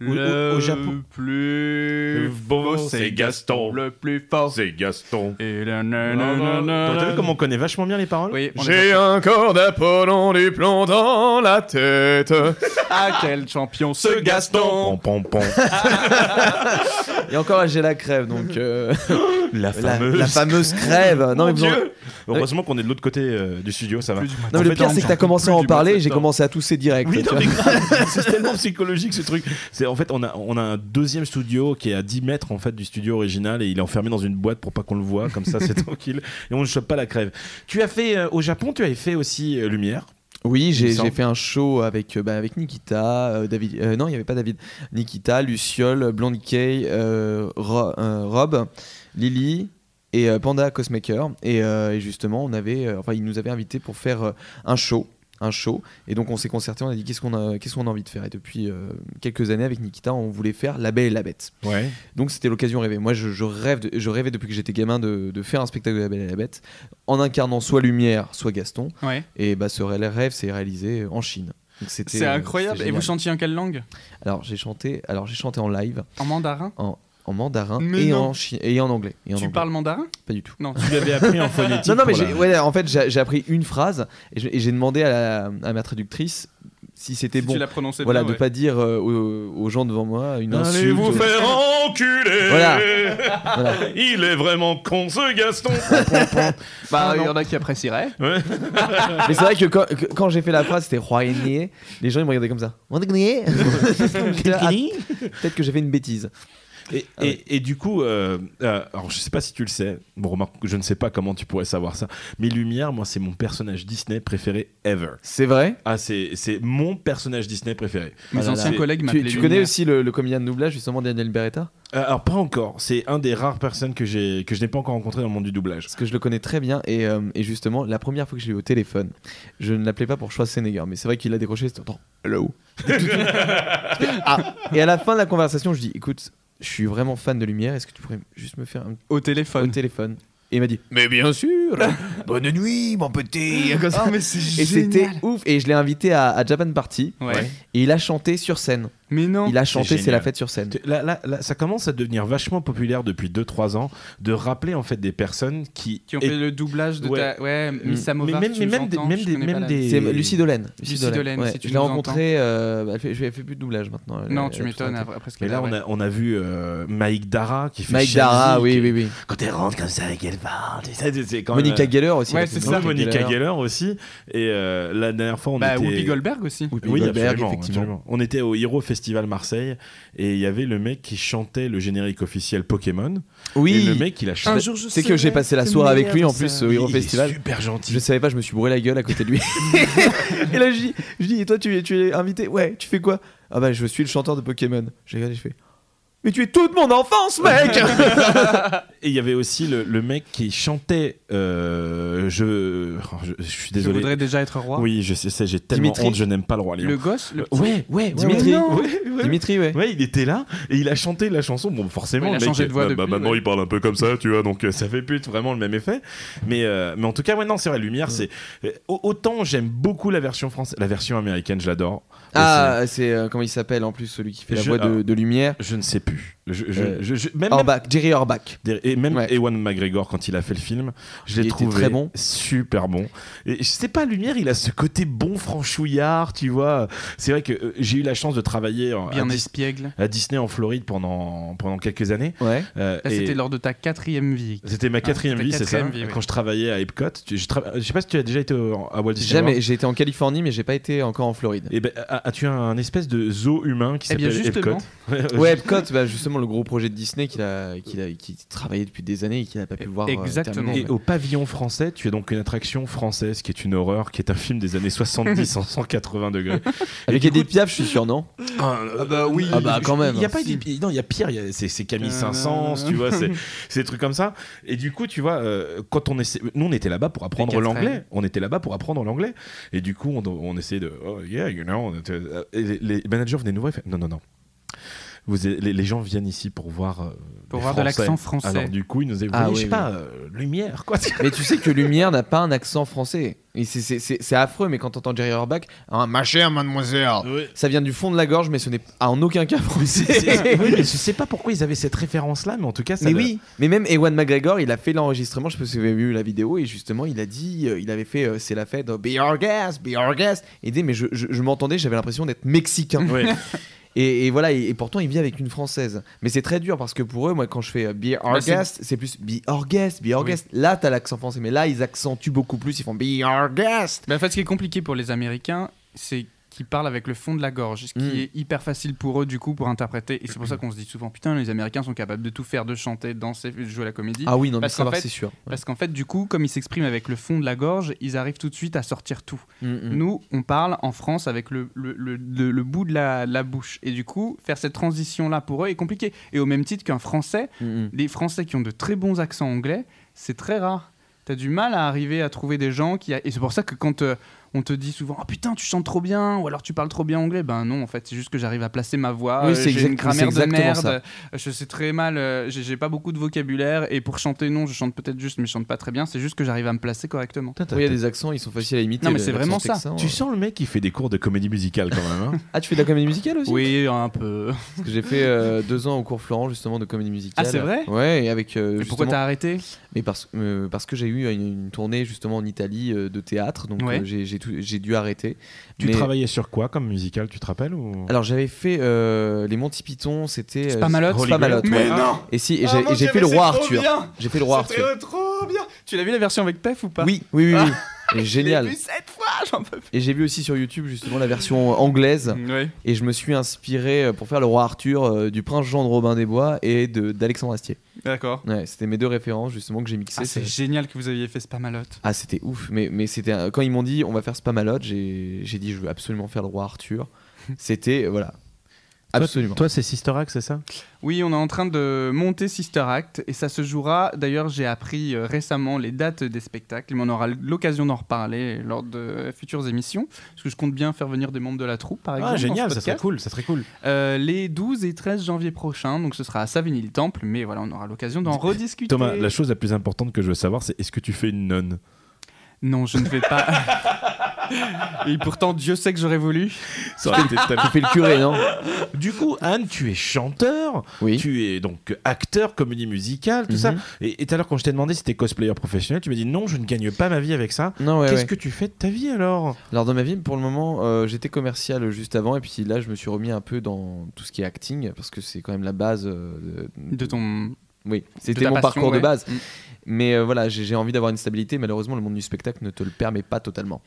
[SPEAKER 2] Au- au-
[SPEAKER 4] Le
[SPEAKER 2] au Japon.
[SPEAKER 4] plus
[SPEAKER 2] Le beau, c'est Gaston.
[SPEAKER 4] Le plus fort.
[SPEAKER 2] C'est Gaston.
[SPEAKER 4] Et le
[SPEAKER 2] T'as vu comme on connaît vachement bien les paroles
[SPEAKER 4] Oui, on les
[SPEAKER 5] J'ai un corps d'Apollon du plomb dans la tête.
[SPEAKER 4] Ah, quel champion, ce
[SPEAKER 2] Ce
[SPEAKER 4] Gaston
[SPEAKER 2] Gaston Pom, pom, pom.
[SPEAKER 5] Et encore, j'ai la crève, donc euh,
[SPEAKER 2] La
[SPEAKER 5] la,
[SPEAKER 2] fameuse.
[SPEAKER 5] la fameuse crève. Non, mais vous en-
[SPEAKER 2] Heureusement qu'on est de l'autre côté euh, du studio, ça va.
[SPEAKER 4] Plus du matin.
[SPEAKER 5] Non, mais le pire, c'est que t'as commencé à en
[SPEAKER 4] plus du mois de
[SPEAKER 5] parler, et j'ai
[SPEAKER 4] septembre.
[SPEAKER 5] commencé à tousser direct.
[SPEAKER 2] Oui,
[SPEAKER 5] tu
[SPEAKER 2] non,
[SPEAKER 5] vois.
[SPEAKER 2] mais grave, c'est tellement psychologique ce truc. C'est en fait on a on a un deuxième studio qui est à 10 mètres en fait du studio original et il est enfermé dans une boîte pour pas qu'on le voit comme ça c'est tranquille et on ne chope pas la crève. Tu as fait euh, au Japon, tu avais fait aussi euh, Lumière.
[SPEAKER 5] Oui,
[SPEAKER 2] me
[SPEAKER 5] j'ai
[SPEAKER 2] semble.
[SPEAKER 5] j'ai fait un show avec, euh, bah, avec Nikita, euh, David. euh, non, il n'y avait pas David. Nikita, Luciole, Blondie Kay, euh, Ro- euh, Rob, Lily et euh, Panda Cosmaker. Et, euh, et justement, on avait, euh, enfin, ils nous avaient invités pour faire euh, un show. un show. Et donc on s'est concerté, on a dit qu'est-ce qu'on a, qu'est-ce qu'on a envie de faire. Et depuis euh, quelques années avec Nikita, on voulait faire La Belle et la Bête.
[SPEAKER 2] Ouais.
[SPEAKER 5] Donc c'était l'occasion rêvée. Moi, je, je rêve de- je rêvais depuis que j'étais gamin de, de faire un spectacle de La Belle et la Bête en incarnant soit Lumière, soit Gaston.
[SPEAKER 4] Ouais.
[SPEAKER 5] Et bah ce ré- rêve s'est réalisé en Chine. Donc, c'était,
[SPEAKER 4] C'est
[SPEAKER 5] euh,
[SPEAKER 4] incroyable.
[SPEAKER 5] c'était
[SPEAKER 4] Et vous
[SPEAKER 5] génial.
[SPEAKER 4] chantiez en quelle langue
[SPEAKER 5] Alors j'ai chanté, alors j'ai chanté en live,
[SPEAKER 4] En mandarin
[SPEAKER 5] en mandarin
[SPEAKER 4] Mais
[SPEAKER 5] et
[SPEAKER 4] non.
[SPEAKER 5] en, chi- et en anglais. Et en
[SPEAKER 4] Tu
[SPEAKER 5] anglais.
[SPEAKER 4] parles mandarin
[SPEAKER 5] pas du tout.
[SPEAKER 4] Non.
[SPEAKER 2] Tu l'avais appris en phonétique.
[SPEAKER 5] Non, non, mais
[SPEAKER 2] voilà.
[SPEAKER 5] j'ai- ouais, en fait, j'ai j'ai appris une phrase et je- et j'ai demandé à, la- à ma traductrice si c'était
[SPEAKER 4] si
[SPEAKER 5] bon.
[SPEAKER 4] Tu l'as prononcé
[SPEAKER 5] Voilà,
[SPEAKER 4] bien,
[SPEAKER 5] de
[SPEAKER 4] ouais.
[SPEAKER 5] pas dire euh, aux, aux gens devant moi une insulte.
[SPEAKER 2] vous
[SPEAKER 5] ou-
[SPEAKER 2] faire enculer
[SPEAKER 5] Voilà. Voilà.
[SPEAKER 2] Il est vraiment con ce Gaston
[SPEAKER 4] Bah,
[SPEAKER 5] Ah,
[SPEAKER 4] il y
[SPEAKER 5] non.
[SPEAKER 4] en a qui apprécieraient.
[SPEAKER 5] Mais c'est vrai que quand, que- quand j'ai fait la phrase, c'était roi aîné, les gens ils me regardaient comme ça. Roi aîné J'étais là, ah, Peut-être que j'ai fait une bêtise.
[SPEAKER 2] et,
[SPEAKER 5] Ah ouais.
[SPEAKER 2] et- et du coup, euh, euh, alors je sais pas si tu le sais, bon, remarque, je ne sais pas comment tu pourrais savoir ça, mais Lumière, moi, c'est mon personnage Disney préféré ever.
[SPEAKER 5] C'est vrai.
[SPEAKER 2] Ah, c'est c'est mon personnage Disney préféré.
[SPEAKER 4] Mes
[SPEAKER 5] Ah là
[SPEAKER 4] anciens
[SPEAKER 2] là.
[SPEAKER 4] collègues
[SPEAKER 5] Tu,
[SPEAKER 4] m'appelaient.
[SPEAKER 5] tu connais
[SPEAKER 4] Lumière.
[SPEAKER 5] aussi le, le comédien de doublage, justement, Daniel Beretta
[SPEAKER 2] Euh, alors, pas encore, c'est un des rares personnes que, j'ai- que je n'ai pas encore rencontré dans le monde du doublage.
[SPEAKER 5] Parce que je le connais très bien. Et, euh, et justement, la première fois que je l'ai eu au téléphone, je ne l'appelais pas pour Schwarzenegger, mais c'est vrai qu'il a décroché. C'était Attends, hello. Ah. Et à la fin de la conversation, je dis Écoute, je suis vraiment fan de lumière, est-ce que tu pourrais juste me faire un
[SPEAKER 4] au
[SPEAKER 5] au
[SPEAKER 4] téléphone.
[SPEAKER 5] téléphone Et il m'a dit Mais bien sûr Bonne nuit, mon petit Comme ça.
[SPEAKER 4] Ah, mais c'est
[SPEAKER 5] Et c'était
[SPEAKER 4] génial.
[SPEAKER 5] ouf. Et je l'ai invité à, à Japan Party.
[SPEAKER 4] Ouais.
[SPEAKER 5] Et il a chanté sur scène.
[SPEAKER 4] Mais non.
[SPEAKER 5] Il a chanté C'est la
[SPEAKER 2] génial.
[SPEAKER 5] fête sur scène.
[SPEAKER 2] Là, là- là, ça commence à devenir vachement populaire depuis 2-3 ans de rappeler en fait des personnes qui,
[SPEAKER 4] Qui ont fait le doublage de
[SPEAKER 2] Ouais.
[SPEAKER 4] ta. Ouais, Miss
[SPEAKER 2] mais
[SPEAKER 4] Samovar.
[SPEAKER 2] même,
[SPEAKER 4] tu
[SPEAKER 2] mais
[SPEAKER 4] nous
[SPEAKER 2] même des-
[SPEAKER 4] entends,
[SPEAKER 2] même
[SPEAKER 4] je
[SPEAKER 2] des-
[SPEAKER 4] connais pas
[SPEAKER 2] même
[SPEAKER 4] la-
[SPEAKER 2] des-
[SPEAKER 5] C'est Lucie Dolène.
[SPEAKER 4] Lucie Dolène, si
[SPEAKER 5] je
[SPEAKER 4] tu nous
[SPEAKER 5] l'ai
[SPEAKER 4] entends.
[SPEAKER 5] rencontrée. euh, elle, fait, je- elle fait plus de doublage maintenant. Elle-
[SPEAKER 4] Euh, Non,
[SPEAKER 5] elle-
[SPEAKER 4] tu
[SPEAKER 5] elle-
[SPEAKER 4] m'étonnes
[SPEAKER 5] elle-
[SPEAKER 4] après après ce
[SPEAKER 2] Mais
[SPEAKER 4] qu'elle
[SPEAKER 2] là, on a, on a vu euh, Mike Dara qui fait
[SPEAKER 5] Mike
[SPEAKER 2] Shelby,
[SPEAKER 5] Dara,
[SPEAKER 2] qui-
[SPEAKER 5] oui, oui, oui.
[SPEAKER 2] Quand elle rentre comme ça avec elle parle, tu sais, c'est- c'est quand même,
[SPEAKER 5] Monica
[SPEAKER 2] euh,
[SPEAKER 5] Geller aussi.
[SPEAKER 4] Ouais,
[SPEAKER 5] elle a fait
[SPEAKER 4] c'est
[SPEAKER 5] une
[SPEAKER 4] ça,
[SPEAKER 5] Monica
[SPEAKER 2] Monica Geller aussi. Et euh, la dernière fois, on
[SPEAKER 4] Bah,
[SPEAKER 2] était.
[SPEAKER 4] Whoopi Goldberg aussi.
[SPEAKER 5] Whoopi
[SPEAKER 2] Oui,
[SPEAKER 5] Goldberg,
[SPEAKER 2] absolument,
[SPEAKER 5] effectivement.
[SPEAKER 2] absolument. On était au Hero Festival Marseille et il y avait le mec qui chantait le générique officiel Pokémon. Et le
[SPEAKER 5] Oui,
[SPEAKER 2] mec, il a chanté.
[SPEAKER 5] c'est que j'ai passé la soirée avec lui en plus euh, au
[SPEAKER 2] Il-
[SPEAKER 5] Hero
[SPEAKER 2] il est
[SPEAKER 5] Festival.
[SPEAKER 2] super gentil.
[SPEAKER 5] Je savais pas, je me suis bourré la gueule à côté de lui. et là, je dis, je dis, et toi, tu, es- tu es invité Ouais, tu fais quoi Ah bah, je suis le chanteur de Pokémon. J'ai regardé, je fais. Mais tu es toute mon enfance, mec
[SPEAKER 2] Et il y avait aussi le, le mec qui chantait. euh, je... oh, je, je suis
[SPEAKER 4] Je
[SPEAKER 2] désolé.
[SPEAKER 4] voudrais déjà être roi.
[SPEAKER 2] Oui, je sais, j'ai tellement
[SPEAKER 5] Dimitri.
[SPEAKER 2] honte, je n'aime pas le roi lion.
[SPEAKER 4] Le gosse, le
[SPEAKER 2] Euh, ouais, ouais, ouais,
[SPEAKER 5] Dimitri.
[SPEAKER 2] ouais, ouais, ouais.
[SPEAKER 5] Dimitri, ouais.
[SPEAKER 2] Ouais, il était là et il a chanté la chanson. Bon, forcément,
[SPEAKER 4] Ouais, il a
[SPEAKER 2] le mec,
[SPEAKER 4] changé de voix
[SPEAKER 2] bah, bah,
[SPEAKER 4] depuis,
[SPEAKER 2] maintenant,
[SPEAKER 4] ouais.
[SPEAKER 2] il parle un peu comme ça, tu vois, donc euh, ça fait plus vraiment le même effet. Mais, euh, mais en tout cas, ouais, non, c'est vrai,
[SPEAKER 4] Mm.
[SPEAKER 2] Lumière, c'est. euh, au- autant j'aime beaucoup la version française, la version américaine, je l'adore.
[SPEAKER 5] Ah, c'est euh, comment il s'appelle en plus, celui qui fait la
[SPEAKER 2] Je-
[SPEAKER 5] voix de, de lumière
[SPEAKER 2] Je ne sais plus. Je- je-
[SPEAKER 5] Euh,
[SPEAKER 2] je- je- même,
[SPEAKER 5] Orbach, Jerry Orbach.
[SPEAKER 2] même- et même
[SPEAKER 5] Ouais.
[SPEAKER 2] Ewan McGregor, quand il a fait le film, je
[SPEAKER 5] Il
[SPEAKER 2] l'ai
[SPEAKER 5] était
[SPEAKER 2] trouvé
[SPEAKER 5] très bon.
[SPEAKER 2] super bon. Et je sais pas, Lumière, il a ce côté bon franchouillard, tu vois. C'est vrai que euh, j'ai eu la chance de travailler en- à,
[SPEAKER 4] bien
[SPEAKER 2] Dis-
[SPEAKER 4] espiègle.
[SPEAKER 2] à Disney en Floride pendant, pendant quelques années.
[SPEAKER 5] Ouais.
[SPEAKER 2] Euh,
[SPEAKER 4] Là,
[SPEAKER 2] et-
[SPEAKER 4] Ah, c'était lors de ta quatrième vie.
[SPEAKER 2] C'était ma quatrième
[SPEAKER 4] ta
[SPEAKER 2] vie, c'est ça
[SPEAKER 4] quatrième vie, oui.
[SPEAKER 2] Quand je travaillais à Epcot. Tu- Je, tra- je sais pas si tu as déjà été au- à Walt Disney
[SPEAKER 5] Jamais, j'ai été en Californie, mais j'ai pas été encore en Floride.
[SPEAKER 2] Et ben, a- as-tu un espèce de zoo humain qui
[SPEAKER 4] Eh bien,
[SPEAKER 2] s'appelle Epcot
[SPEAKER 4] justement.
[SPEAKER 5] Ouais, Epcot, bah, justement le gros projet de Disney qu'il a, qu'il a, qui travaillait depuis des années et qu'il n'a pas pu voir. euh,
[SPEAKER 4] Exactement.
[SPEAKER 5] terminer.
[SPEAKER 2] Et au pavillon français, tu as donc une attraction française qui est une horreur, qui est un film des années 70 en 180 degrés.
[SPEAKER 5] Avec Edith Piaf, je suis sûr, non
[SPEAKER 2] Ah
[SPEAKER 4] bah oui.
[SPEAKER 5] Ah bah, quand même.
[SPEAKER 2] Il y a pas
[SPEAKER 5] Si.
[SPEAKER 2] Edith- non, il y a pire, il y a- c'est c'est Camille
[SPEAKER 4] Euh,
[SPEAKER 2] Saint-Saëns, tu vois, c'est c'est des trucs comme ça. Et du coup, tu vois, euh, quand on essaie, nous on était là-bas pour apprendre
[SPEAKER 4] quatre
[SPEAKER 2] l'anglais,
[SPEAKER 4] règles.
[SPEAKER 2] on était là-bas pour apprendre l'anglais. Et du coup, on, on essayait de, oh yeah, you know, on était- euh, et les, les managers venaient nous voir, ils faisaient, non non non. Vous, les, les gens viennent ici pour voir. euh,
[SPEAKER 4] Pour
[SPEAKER 2] des
[SPEAKER 4] voir de
[SPEAKER 2] Français.
[SPEAKER 4] l'accent français.
[SPEAKER 2] Alors du coup, ils nous ont
[SPEAKER 5] Ah
[SPEAKER 2] je
[SPEAKER 5] oui,
[SPEAKER 2] sais
[SPEAKER 5] oui.
[SPEAKER 2] pas, euh, lumière quoi.
[SPEAKER 5] Mais tu sais que Lumière n'a pas un accent français. Et c'est- c'est- c'est c'est affreux, mais quand t'entends Jerry Orbach, hein, ma chère mademoiselle,
[SPEAKER 2] Ouais.
[SPEAKER 5] ça vient du fond de la gorge, mais ce n'est ah, en aucun cas
[SPEAKER 2] C'est-
[SPEAKER 5] français.
[SPEAKER 2] oui, mais je sais pas pourquoi ils avaient cette référence là, mais en tout cas, ça
[SPEAKER 5] Mais
[SPEAKER 2] le-
[SPEAKER 5] oui, mais même Ewan McGregor, il a fait l'enregistrement, je sais pas si vous avez vu la vidéo, et justement, il a dit, euh, il avait fait, euh, c'est la fête, euh, be our guest, be our guest, et dit, mais je, je- je m'entendais, j'avais l'impression d'être mexicain.
[SPEAKER 2] Ouais.
[SPEAKER 5] Et, et voilà, et, et pourtant il vit avec une française. Mais c'est très dur parce que pour eux, moi quand je fais euh, Be Our
[SPEAKER 4] Bah, c'est-
[SPEAKER 5] Guest, c'est plus Be Our Guest, Be Our
[SPEAKER 4] Oui.
[SPEAKER 5] Guest. Là, t'as l'accent français, mais là, ils accentuent beaucoup plus, ils font Be Our Guest.
[SPEAKER 4] Bah, en fait, ce qui est compliqué pour les Américains, c'est qu'ils parlent avec le fond de la gorge, ce qui
[SPEAKER 2] Hmm.
[SPEAKER 5] Mm.
[SPEAKER 4] est hyper facile pour eux, du coup, pour interpréter. Et c'est pour ça qu'on se dit souvent, putain, les Américains sont capables de tout faire, de chanter, de danser, de jouer à la comédie.
[SPEAKER 5] Ah oui, non, mais
[SPEAKER 4] Parce
[SPEAKER 5] ça
[SPEAKER 4] qu'en
[SPEAKER 5] va,
[SPEAKER 4] fait-
[SPEAKER 5] c'est sûr.
[SPEAKER 4] Parce qu'en fait, du coup, comme ils s'expriment avec le fond de la gorge, ils arrivent tout de suite à sortir tout.
[SPEAKER 2] Hmm.
[SPEAKER 5] Mm, mm.
[SPEAKER 4] Nous, on parle en France avec le, le, le- le- le bout de la, la bouche. Et du coup, faire cette transition-là pour eux est compliqué. Et au même titre qu'un Français,
[SPEAKER 5] Mm, mm.
[SPEAKER 4] les Français qui ont de très bons accents anglais, c'est très rare. T'as du mal à arriver à trouver des gens qui... a- Et c'est pour ça que quand euh, on te dit souvent ah putain tu chantes trop bien ou alors tu parles trop bien anglais ben non en fait c'est juste que j'arrive à placer ma voix
[SPEAKER 5] Oui,
[SPEAKER 4] euh,
[SPEAKER 5] c'est
[SPEAKER 4] j'ai
[SPEAKER 5] exact-
[SPEAKER 4] une
[SPEAKER 5] c'est
[SPEAKER 4] grammaire de
[SPEAKER 5] exactement
[SPEAKER 4] merde euh,
[SPEAKER 5] ça.
[SPEAKER 4] je sais très mal euh, j'ai j'ai pas beaucoup de vocabulaire et pour chanter non je chante peut-être juste mais je chante pas très bien c'est juste que j'arrive à me placer correctement
[SPEAKER 2] Putain, t'as-
[SPEAKER 5] Oui, Il y a des accents, ils sont faciles à imiter.
[SPEAKER 4] Non, mais
[SPEAKER 5] le-
[SPEAKER 4] c'est vraiment
[SPEAKER 5] l'accent
[SPEAKER 4] ça.
[SPEAKER 5] texan,
[SPEAKER 2] Tu
[SPEAKER 5] euh.
[SPEAKER 2] sens le mec qui fait des cours de comédie musicale quand même. hein
[SPEAKER 5] Ah, tu fais de la comédie musicale aussi
[SPEAKER 4] oui un peu
[SPEAKER 5] Parce que j'ai fait euh, deux ans au cours Florent justement de comédie musicale.
[SPEAKER 4] Ah, c'est vrai
[SPEAKER 5] Ouais, et avec. euh,
[SPEAKER 4] et pourquoi
[SPEAKER 5] justement-
[SPEAKER 4] t'as arrêté
[SPEAKER 5] Mais parce, euh, parce que j'ai eu une, une tournée justement en Italie euh, de théâtre, donc
[SPEAKER 4] Ouais.
[SPEAKER 5] euh, j'ai- j'ai tout- j'ai dû arrêter.
[SPEAKER 2] tu
[SPEAKER 5] Mais-
[SPEAKER 2] travaillais sur quoi comme musical, tu te rappelles ou...
[SPEAKER 5] Alors j'avais fait euh, les Monty Python, c'était. euh,
[SPEAKER 4] Spamalot
[SPEAKER 5] Spamalot, ouais.
[SPEAKER 4] non
[SPEAKER 5] Et si, et j'ai et j'ai fait le roi Arthur. J'ai fait le roi Arthur.
[SPEAKER 4] trop bien tu l'as vu la version avec Pef ou pas
[SPEAKER 5] Oui, oui, oui, oui. Et génial.
[SPEAKER 4] J'ai vu sept fois, j'en peux
[SPEAKER 5] Et j'ai vu aussi sur YouTube justement la version anglaise.
[SPEAKER 4] plus. Ouais.
[SPEAKER 5] Et je me suis inspiré euh, pour faire le roi Arthur euh, du prince Jean de Robin des Bois et de- d'Alexandre Astier.
[SPEAKER 4] D'accord.
[SPEAKER 5] Ouais, c'était mes deux références justement que j'ai mixées.
[SPEAKER 4] Ah, c'est
[SPEAKER 5] Ça-
[SPEAKER 4] génial que vous aviez fait Spamalot.
[SPEAKER 5] Ah, c'était ouf, mais, mais c'était un- quand ils m'ont dit on va faire Spamalot, j'ai j'ai dit je veux absolument faire le roi Arthur. C'était euh, voilà, absolument.
[SPEAKER 2] Toi, c'est Sister Act, c'est ça
[SPEAKER 4] Oui, on est en train de monter Sister Act et ça se jouera. D'ailleurs, j'ai appris euh, récemment les dates des spectacles, mais on aura l'occasion d'en reparler lors de futures émissions, parce que je compte bien faire venir des membres de la troupe, par exemple.
[SPEAKER 2] Ah,
[SPEAKER 4] dans
[SPEAKER 2] génial,
[SPEAKER 4] ce
[SPEAKER 2] ça serait
[SPEAKER 4] podcast.
[SPEAKER 2] cool, ça serait cool.
[SPEAKER 4] Euh, les 12 et 13 janvier prochains, donc ce sera à Savigny-le-Temple, mais voilà, on aura l'occasion d'en rediscuter.
[SPEAKER 2] Thomas, la chose la plus importante que je veux savoir, c'est est-ce que tu fais une nonne
[SPEAKER 4] Non, je ne vais pas. et pourtant, Dieu sait que j'aurais voulu.
[SPEAKER 2] Ça aurait été tellement-
[SPEAKER 5] Tu fais le curé, non
[SPEAKER 2] Du coup, Anne, tu es chanteur,
[SPEAKER 5] Oui.
[SPEAKER 2] tu es donc acteur, comédie musicale, tout ça.
[SPEAKER 5] Mhm.
[SPEAKER 2] Et et tout à l'heure, quand je t'ai demandé si t'es cosplayer professionnel, tu m'as dit non, je ne gagne pas ma vie avec ça.
[SPEAKER 5] Non, ouais,
[SPEAKER 2] Qu'est-ce
[SPEAKER 5] ouais. Euh,
[SPEAKER 2] que tu fais de ta vie alors
[SPEAKER 5] Alors dans ma vie, pour le moment, euh, j'étais commercial juste avant, et puis là, je me suis remis un peu dans tout ce qui est acting, parce que c'est quand même la base euh, de,
[SPEAKER 4] De ton.
[SPEAKER 5] Oui,
[SPEAKER 4] de
[SPEAKER 5] c'était
[SPEAKER 4] ta
[SPEAKER 5] mon
[SPEAKER 4] passion,
[SPEAKER 5] parcours
[SPEAKER 4] ouais.
[SPEAKER 5] de base.
[SPEAKER 4] Mm.
[SPEAKER 5] Mais euh, voilà, j'ai j'ai envie d'avoir une stabilité. Malheureusement, le monde du spectacle ne te le permet pas totalement.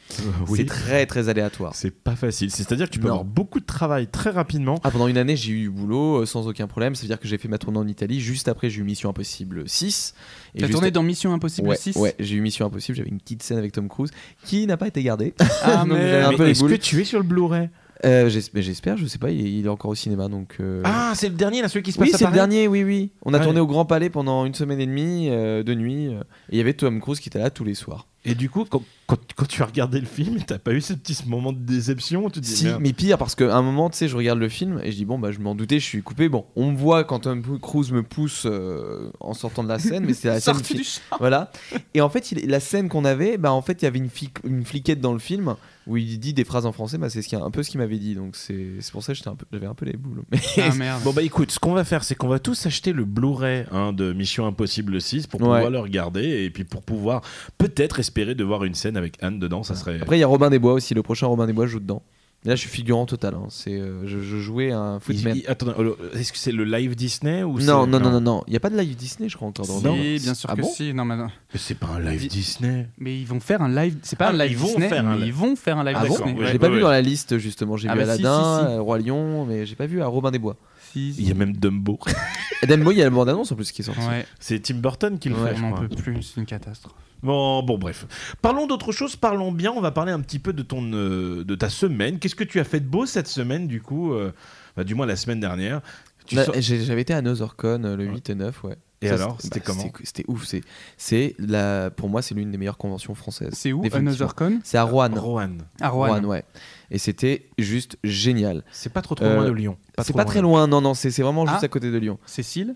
[SPEAKER 5] C'est très très aléatoire.
[SPEAKER 2] C'est pas facile. C'est-à-dire que tu peux
[SPEAKER 5] Non.
[SPEAKER 2] avoir beaucoup de travail très rapidement.
[SPEAKER 5] Ah, pendant une année, j'ai eu du boulot euh, sans aucun problème. Ça veut dire que j'ai fait ma tournée en Italie. Juste après, j'ai eu Mission Impossible 6. Et
[SPEAKER 4] T'as
[SPEAKER 5] juste-
[SPEAKER 4] tourné dans Mission Impossible
[SPEAKER 5] Ouais,
[SPEAKER 4] 6
[SPEAKER 5] ouais, j'ai eu Mission Impossible. J'avais une petite scène avec Tom Cruise qui n'a pas été gardée.
[SPEAKER 4] Ah,
[SPEAKER 5] Donc, j'avais
[SPEAKER 4] mais.
[SPEAKER 5] un peu les
[SPEAKER 2] est-ce que
[SPEAKER 5] boules.
[SPEAKER 2] tu es sur le Blu-ray
[SPEAKER 5] Euh, j'es- mais J'espère, je sais pas. Il est, il est encore au cinéma donc. euh,
[SPEAKER 2] Ah, c'est le dernier, là, celui qui se passe
[SPEAKER 5] Oui,
[SPEAKER 2] à
[SPEAKER 5] c'est le
[SPEAKER 2] Paris
[SPEAKER 5] dernier, oui, oui. On a
[SPEAKER 2] Ouais.
[SPEAKER 5] tourné au Grand Palais pendant une semaine et demie, euh, de nuit. euh, et il y avait Tom Cruise qui était là tous les soirs.
[SPEAKER 2] Et du coup, quand, quand- quand tu as regardé le film, t'as pas eu ce petit moment de déception où Tu te dis,
[SPEAKER 5] Si,
[SPEAKER 2] merde.
[SPEAKER 5] mais pire, parce qu'à un moment, tu sais, je regarde le film et je dis, bon, bah, je m'en doutais, je suis coupé. Bon, on me voit quand Tom Cruise me pousse euh, en sortant de la scène, mais c'est la scène.
[SPEAKER 4] Sorti
[SPEAKER 5] fi-
[SPEAKER 4] du champ
[SPEAKER 5] Voilà. Et en fait, il- la scène qu'on avait, bah, en fait, il y avait une, flic- une fliquette dans le film où il dit des phrases en français, bah, c'est ce qui un peu ce qu'il m'avait dit. Donc, c'est c'est pour ça que j'étais un peu- j'avais un, peu les boules. Mais
[SPEAKER 4] Ah merde.
[SPEAKER 2] Bon bah écoute, ce qu'on va faire, c'est qu'on va tous acheter le Blu-ray hein, de Mission Impossible 6 pour
[SPEAKER 5] Ouais.
[SPEAKER 2] pouvoir le regarder et puis pour pouvoir peut-être espérer de voir une scène avec Anne dedans, ça serait...
[SPEAKER 5] Après, il y a Robin des Bois aussi. Le prochain Robin des Bois, je joue dedans. Et là, je suis figurant total. hein. C'est, euh, je, je jouais un
[SPEAKER 2] Il-
[SPEAKER 5] footman.
[SPEAKER 2] il- attends, oh, le- est-ce que c'est le live Disney ou
[SPEAKER 5] Non,
[SPEAKER 2] c'est-
[SPEAKER 5] non, non, non, non. Il n'y a pas de live Disney, je crois, encore dans
[SPEAKER 4] Si,
[SPEAKER 5] dans-
[SPEAKER 4] bien sûr
[SPEAKER 5] Ah
[SPEAKER 4] que
[SPEAKER 5] bon
[SPEAKER 4] si. Non, mais, non.
[SPEAKER 2] Mais C'est pas un live
[SPEAKER 4] Di-
[SPEAKER 2] Disney.
[SPEAKER 4] mais ils vont faire un live. C'est pas
[SPEAKER 2] Ah,
[SPEAKER 4] un live
[SPEAKER 2] ils vont
[SPEAKER 4] Disney,
[SPEAKER 2] faire un
[SPEAKER 4] mais
[SPEAKER 2] live.
[SPEAKER 4] ils vont faire un live
[SPEAKER 2] Ah bon
[SPEAKER 4] Disney.
[SPEAKER 2] Ouais.
[SPEAKER 5] Je l'ai pas vu dans la liste justement. J'ai
[SPEAKER 4] Ah
[SPEAKER 5] vu
[SPEAKER 4] bah si,
[SPEAKER 5] Aladdin,
[SPEAKER 4] si, si.
[SPEAKER 5] euh, Roi Lion, mais j'ai pas vu un Robin des Bois.
[SPEAKER 4] Si, si.
[SPEAKER 2] Il y a même Dumbo.
[SPEAKER 5] Et Dumbo, il y a la bande annonce en plus qui est sortie.
[SPEAKER 4] Ouais,
[SPEAKER 2] c'est Tim Burton qui le
[SPEAKER 5] Ouais,
[SPEAKER 2] fait, je
[SPEAKER 4] on en
[SPEAKER 2] crois.
[SPEAKER 4] peut plus, c'est une catastrophe.
[SPEAKER 2] Bon, bon, bref. Parlons d'autre chose, parlons bien. On va parler un petit peu de ton, euh, de ta semaine. Qu'est-ce que tu as fait de beau cette semaine, du coup euh, bah, Du moins la semaine dernière. Tu
[SPEAKER 5] Bah,
[SPEAKER 2] sors-
[SPEAKER 5] j'ai- J'avais été à NotherCon euh, le 8 et 9, ouais.
[SPEAKER 2] Et
[SPEAKER 5] Ça,
[SPEAKER 2] alors, c'était comment
[SPEAKER 5] c'était- C'était ouf. c'est- C'est la, pour moi, c'est l'une des meilleures conventions françaises.
[SPEAKER 4] C'est où
[SPEAKER 5] Définitivement.
[SPEAKER 4] Another Con
[SPEAKER 5] C'est
[SPEAKER 2] Euh,
[SPEAKER 5] à Rouen.
[SPEAKER 2] Roanne.
[SPEAKER 4] À Rouen.
[SPEAKER 5] ouais. Et c'était juste génial.
[SPEAKER 2] C'est pas trop trop
[SPEAKER 5] Euh,
[SPEAKER 2] loin de Lyon.
[SPEAKER 5] C'est
[SPEAKER 2] trop
[SPEAKER 5] pas très loin, non, non, c'est c'est vraiment juste
[SPEAKER 4] Ah.
[SPEAKER 5] à côté de Lyon.
[SPEAKER 4] Cécile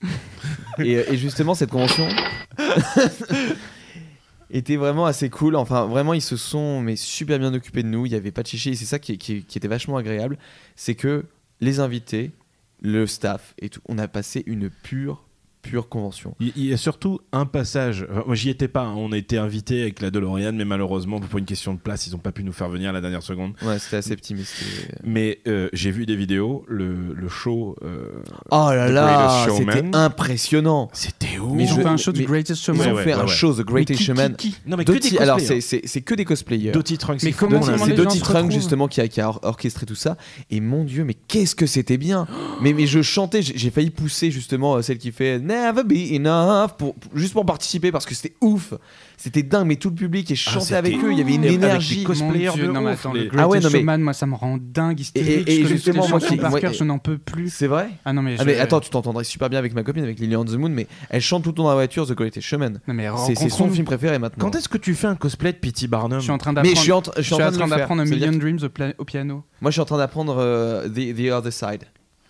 [SPEAKER 5] et, et justement cette convention était vraiment assez cool enfin vraiment ils se sont mais super bien occupés de nous il n'y avait pas de chichi et c'est ça qui, qui- qui était vachement agréable c'est que les invités le staff et tout on a passé une pure pure convention
[SPEAKER 2] Il il y a surtout un passage. enfin, moi, j'y étais pas. hein. On a été invité avec la DeLorean, mais malheureusement, pour une question de place, ils ont pas pu nous faire venir à la dernière seconde.
[SPEAKER 5] ouais c'était assez petit mais c'était
[SPEAKER 2] Mais euh, j'ai vu des vidéos. Le, le show, euh,
[SPEAKER 5] oh là
[SPEAKER 2] The
[SPEAKER 5] là
[SPEAKER 2] Greatest Showman.
[SPEAKER 5] c'était impressionnant
[SPEAKER 2] c'était où
[SPEAKER 5] Mais
[SPEAKER 4] Ils ont
[SPEAKER 5] je-
[SPEAKER 4] fait un show du
[SPEAKER 5] mais-
[SPEAKER 4] Greatest
[SPEAKER 5] ils
[SPEAKER 4] Showman.
[SPEAKER 2] Ouais,
[SPEAKER 5] ont
[SPEAKER 2] ouais,
[SPEAKER 5] fait
[SPEAKER 2] ouais,
[SPEAKER 5] un
[SPEAKER 2] ouais.
[SPEAKER 5] show The Greatest
[SPEAKER 4] Mais qui-
[SPEAKER 5] Showman
[SPEAKER 4] qui- qui
[SPEAKER 2] Non, mais que
[SPEAKER 5] Doty-
[SPEAKER 2] des hein. cosplayers.
[SPEAKER 5] alors c'est c'est- c'est que des cosplayers
[SPEAKER 2] Doty Trunks.
[SPEAKER 4] Mais
[SPEAKER 2] il faut
[SPEAKER 4] comment
[SPEAKER 2] qu'on
[SPEAKER 4] c'est
[SPEAKER 2] a-
[SPEAKER 4] vraiment
[SPEAKER 5] c'est
[SPEAKER 4] les gens
[SPEAKER 5] Dottie
[SPEAKER 4] se
[SPEAKER 5] Trunk
[SPEAKER 4] retrouvent.
[SPEAKER 5] justement qui a, qui a or- orchestré tout ça. Et mon dieu, mais qu'est-ce que c'était bien Mais, mais je chantais, j'ai j'ai failli pousser justement euh, celle qui fait Never never be enough pour, pour- juste pour participer parce que c'était ouf. C'était dingue, mais tout le public et je
[SPEAKER 2] Ah,
[SPEAKER 5] chantais
[SPEAKER 2] c'était
[SPEAKER 5] avec eux. Il y avait une
[SPEAKER 2] avec des
[SPEAKER 5] énergie.
[SPEAKER 2] cos- cosplayers
[SPEAKER 4] Mon Dieu,
[SPEAKER 2] de
[SPEAKER 4] non, mais
[SPEAKER 2] ouf,
[SPEAKER 4] attends,
[SPEAKER 2] les-
[SPEAKER 4] le Greatest
[SPEAKER 5] Ah ouais, non, mais-
[SPEAKER 4] Showman, moi, ça me rend dingue, hystérique.
[SPEAKER 5] Et- et- et
[SPEAKER 4] je connais
[SPEAKER 5] justement,
[SPEAKER 4] toutes les
[SPEAKER 5] moi
[SPEAKER 4] chansons
[SPEAKER 5] qui-
[SPEAKER 4] par
[SPEAKER 5] moi-
[SPEAKER 4] cœur, je n'en peux plus.
[SPEAKER 5] C'est vrai.
[SPEAKER 4] Ah non, mais,
[SPEAKER 5] Ah
[SPEAKER 4] je-
[SPEAKER 5] mais attends, tu t'entendrais super bien avec ma copine, avec Lily on the Moon, mais elle chante tout le temps dans la voiture The Greatest Showman.
[SPEAKER 4] Non, mais
[SPEAKER 5] C'est c'est son
[SPEAKER 4] rencontrons-nous.
[SPEAKER 5] film préféré maintenant.
[SPEAKER 2] Quand est-ce que tu fais un cosplay de P.T. Barnum
[SPEAKER 4] Je suis en train
[SPEAKER 5] mais
[SPEAKER 4] d'apprendre.
[SPEAKER 5] je suis en, tra- je suis en train de le faire.
[SPEAKER 4] d'apprendre un
[SPEAKER 5] Ça veut dire
[SPEAKER 4] Million Dreams au, pla- au piano.
[SPEAKER 5] que- Moi, je suis en train d'apprendre euh, the, the Other Side.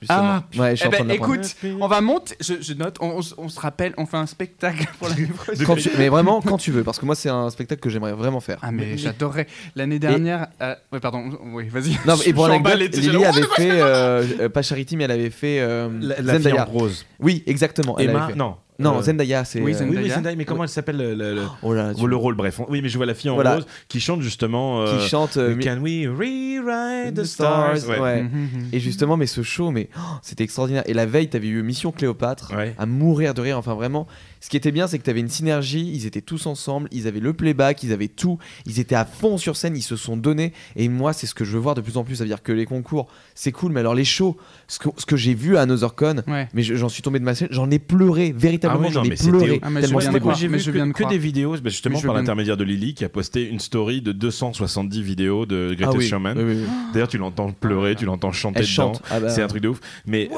[SPEAKER 4] Ah,
[SPEAKER 5] justement. ouais, je suis en train de l'apprendre.
[SPEAKER 4] écoute, on va monter. Je, je note. On, on s- on se rappelle. On fait un spectacle pour l'année prochaine.
[SPEAKER 5] Quand tu- mais vraiment, quand tu veux, parce que moi, c'est un spectacle que j'aimerais vraiment faire.
[SPEAKER 4] Ah mais j'adorerais. L'année dernière. euh, ouais pardon. Oui vas-y.
[SPEAKER 5] Non, mais- et pour
[SPEAKER 4] Je
[SPEAKER 5] l'anecdote,
[SPEAKER 4] suis emballé, tu sais,
[SPEAKER 5] Lily
[SPEAKER 4] genre,
[SPEAKER 5] avait fait, euh, euh, pas Charity, mais elle avait fait euh,
[SPEAKER 2] La, la fille en
[SPEAKER 5] Zendaya.
[SPEAKER 2] rose.
[SPEAKER 5] Oui, exactement. Elle
[SPEAKER 2] Emma
[SPEAKER 5] avait fait.
[SPEAKER 2] Non.
[SPEAKER 5] Non,
[SPEAKER 2] Euh,
[SPEAKER 5] Zendaya, c'est.
[SPEAKER 4] oui,
[SPEAKER 5] euh,
[SPEAKER 2] Oui, mais
[SPEAKER 4] Zendaya.
[SPEAKER 2] Zendaya, mais comment elle s'appelle le, le- le-
[SPEAKER 5] Oh là, là, tu-
[SPEAKER 2] le rôle Bref, oui, mais je vois la fille en
[SPEAKER 5] Voilà.
[SPEAKER 2] rose qui chante justement. euh,
[SPEAKER 5] qui chante. euh, Mi-
[SPEAKER 2] Can we rewrite the
[SPEAKER 5] The
[SPEAKER 2] stars?
[SPEAKER 5] Stars, ouais.
[SPEAKER 4] Mhm, mhm.
[SPEAKER 5] Et justement, mais ce show, mais oh, c'était extraordinaire. Et la veille, t'avais eu Mission Cléopâtre,
[SPEAKER 2] Ouais.
[SPEAKER 5] à mourir de rire. Enfin, vraiment, ce qui était bien, c'est que t'avais une synergie. Ils étaient tous ensemble, ils avaient le playback, ils avaient tout. Ils étaient à fond sur scène, ils se sont donnés. Et moi, c'est ce que je veux voir de plus en plus. Ça veut dire que les concours, c'est cool, mais alors les shows, ce que, ce que j'ai vu à AnotherCon,
[SPEAKER 4] Ouais.
[SPEAKER 5] mais je- j'en suis tombé de ma scène, j'en ai pleuré, véritablement,
[SPEAKER 2] Ah oui, non,
[SPEAKER 5] j'en ai
[SPEAKER 2] mais c'était
[SPEAKER 5] pleuré.
[SPEAKER 2] ouf.
[SPEAKER 4] Ah, mais
[SPEAKER 5] tellement
[SPEAKER 2] Moi,
[SPEAKER 4] je
[SPEAKER 5] c'était
[SPEAKER 4] viens de
[SPEAKER 5] beau.
[SPEAKER 4] croire.
[SPEAKER 2] j'ai
[SPEAKER 4] mais
[SPEAKER 2] vu
[SPEAKER 4] je
[SPEAKER 2] que,
[SPEAKER 4] viens de
[SPEAKER 2] que
[SPEAKER 4] croire.
[SPEAKER 2] des vidéos, bah, justement
[SPEAKER 4] Mais je
[SPEAKER 2] par
[SPEAKER 4] viens de-
[SPEAKER 2] l'intermédiaire de Lily qui a posté une story de 270 vidéos de
[SPEAKER 5] Ah
[SPEAKER 2] Greatest
[SPEAKER 5] oui,
[SPEAKER 2] Showman.
[SPEAKER 5] oui, oui, oui.
[SPEAKER 2] D'ailleurs, tu l'entends pleurer, tu l'entends chanter
[SPEAKER 5] Elle
[SPEAKER 2] dedans.
[SPEAKER 5] chante. Ah bah,
[SPEAKER 2] C'est un truc de ouf. Mais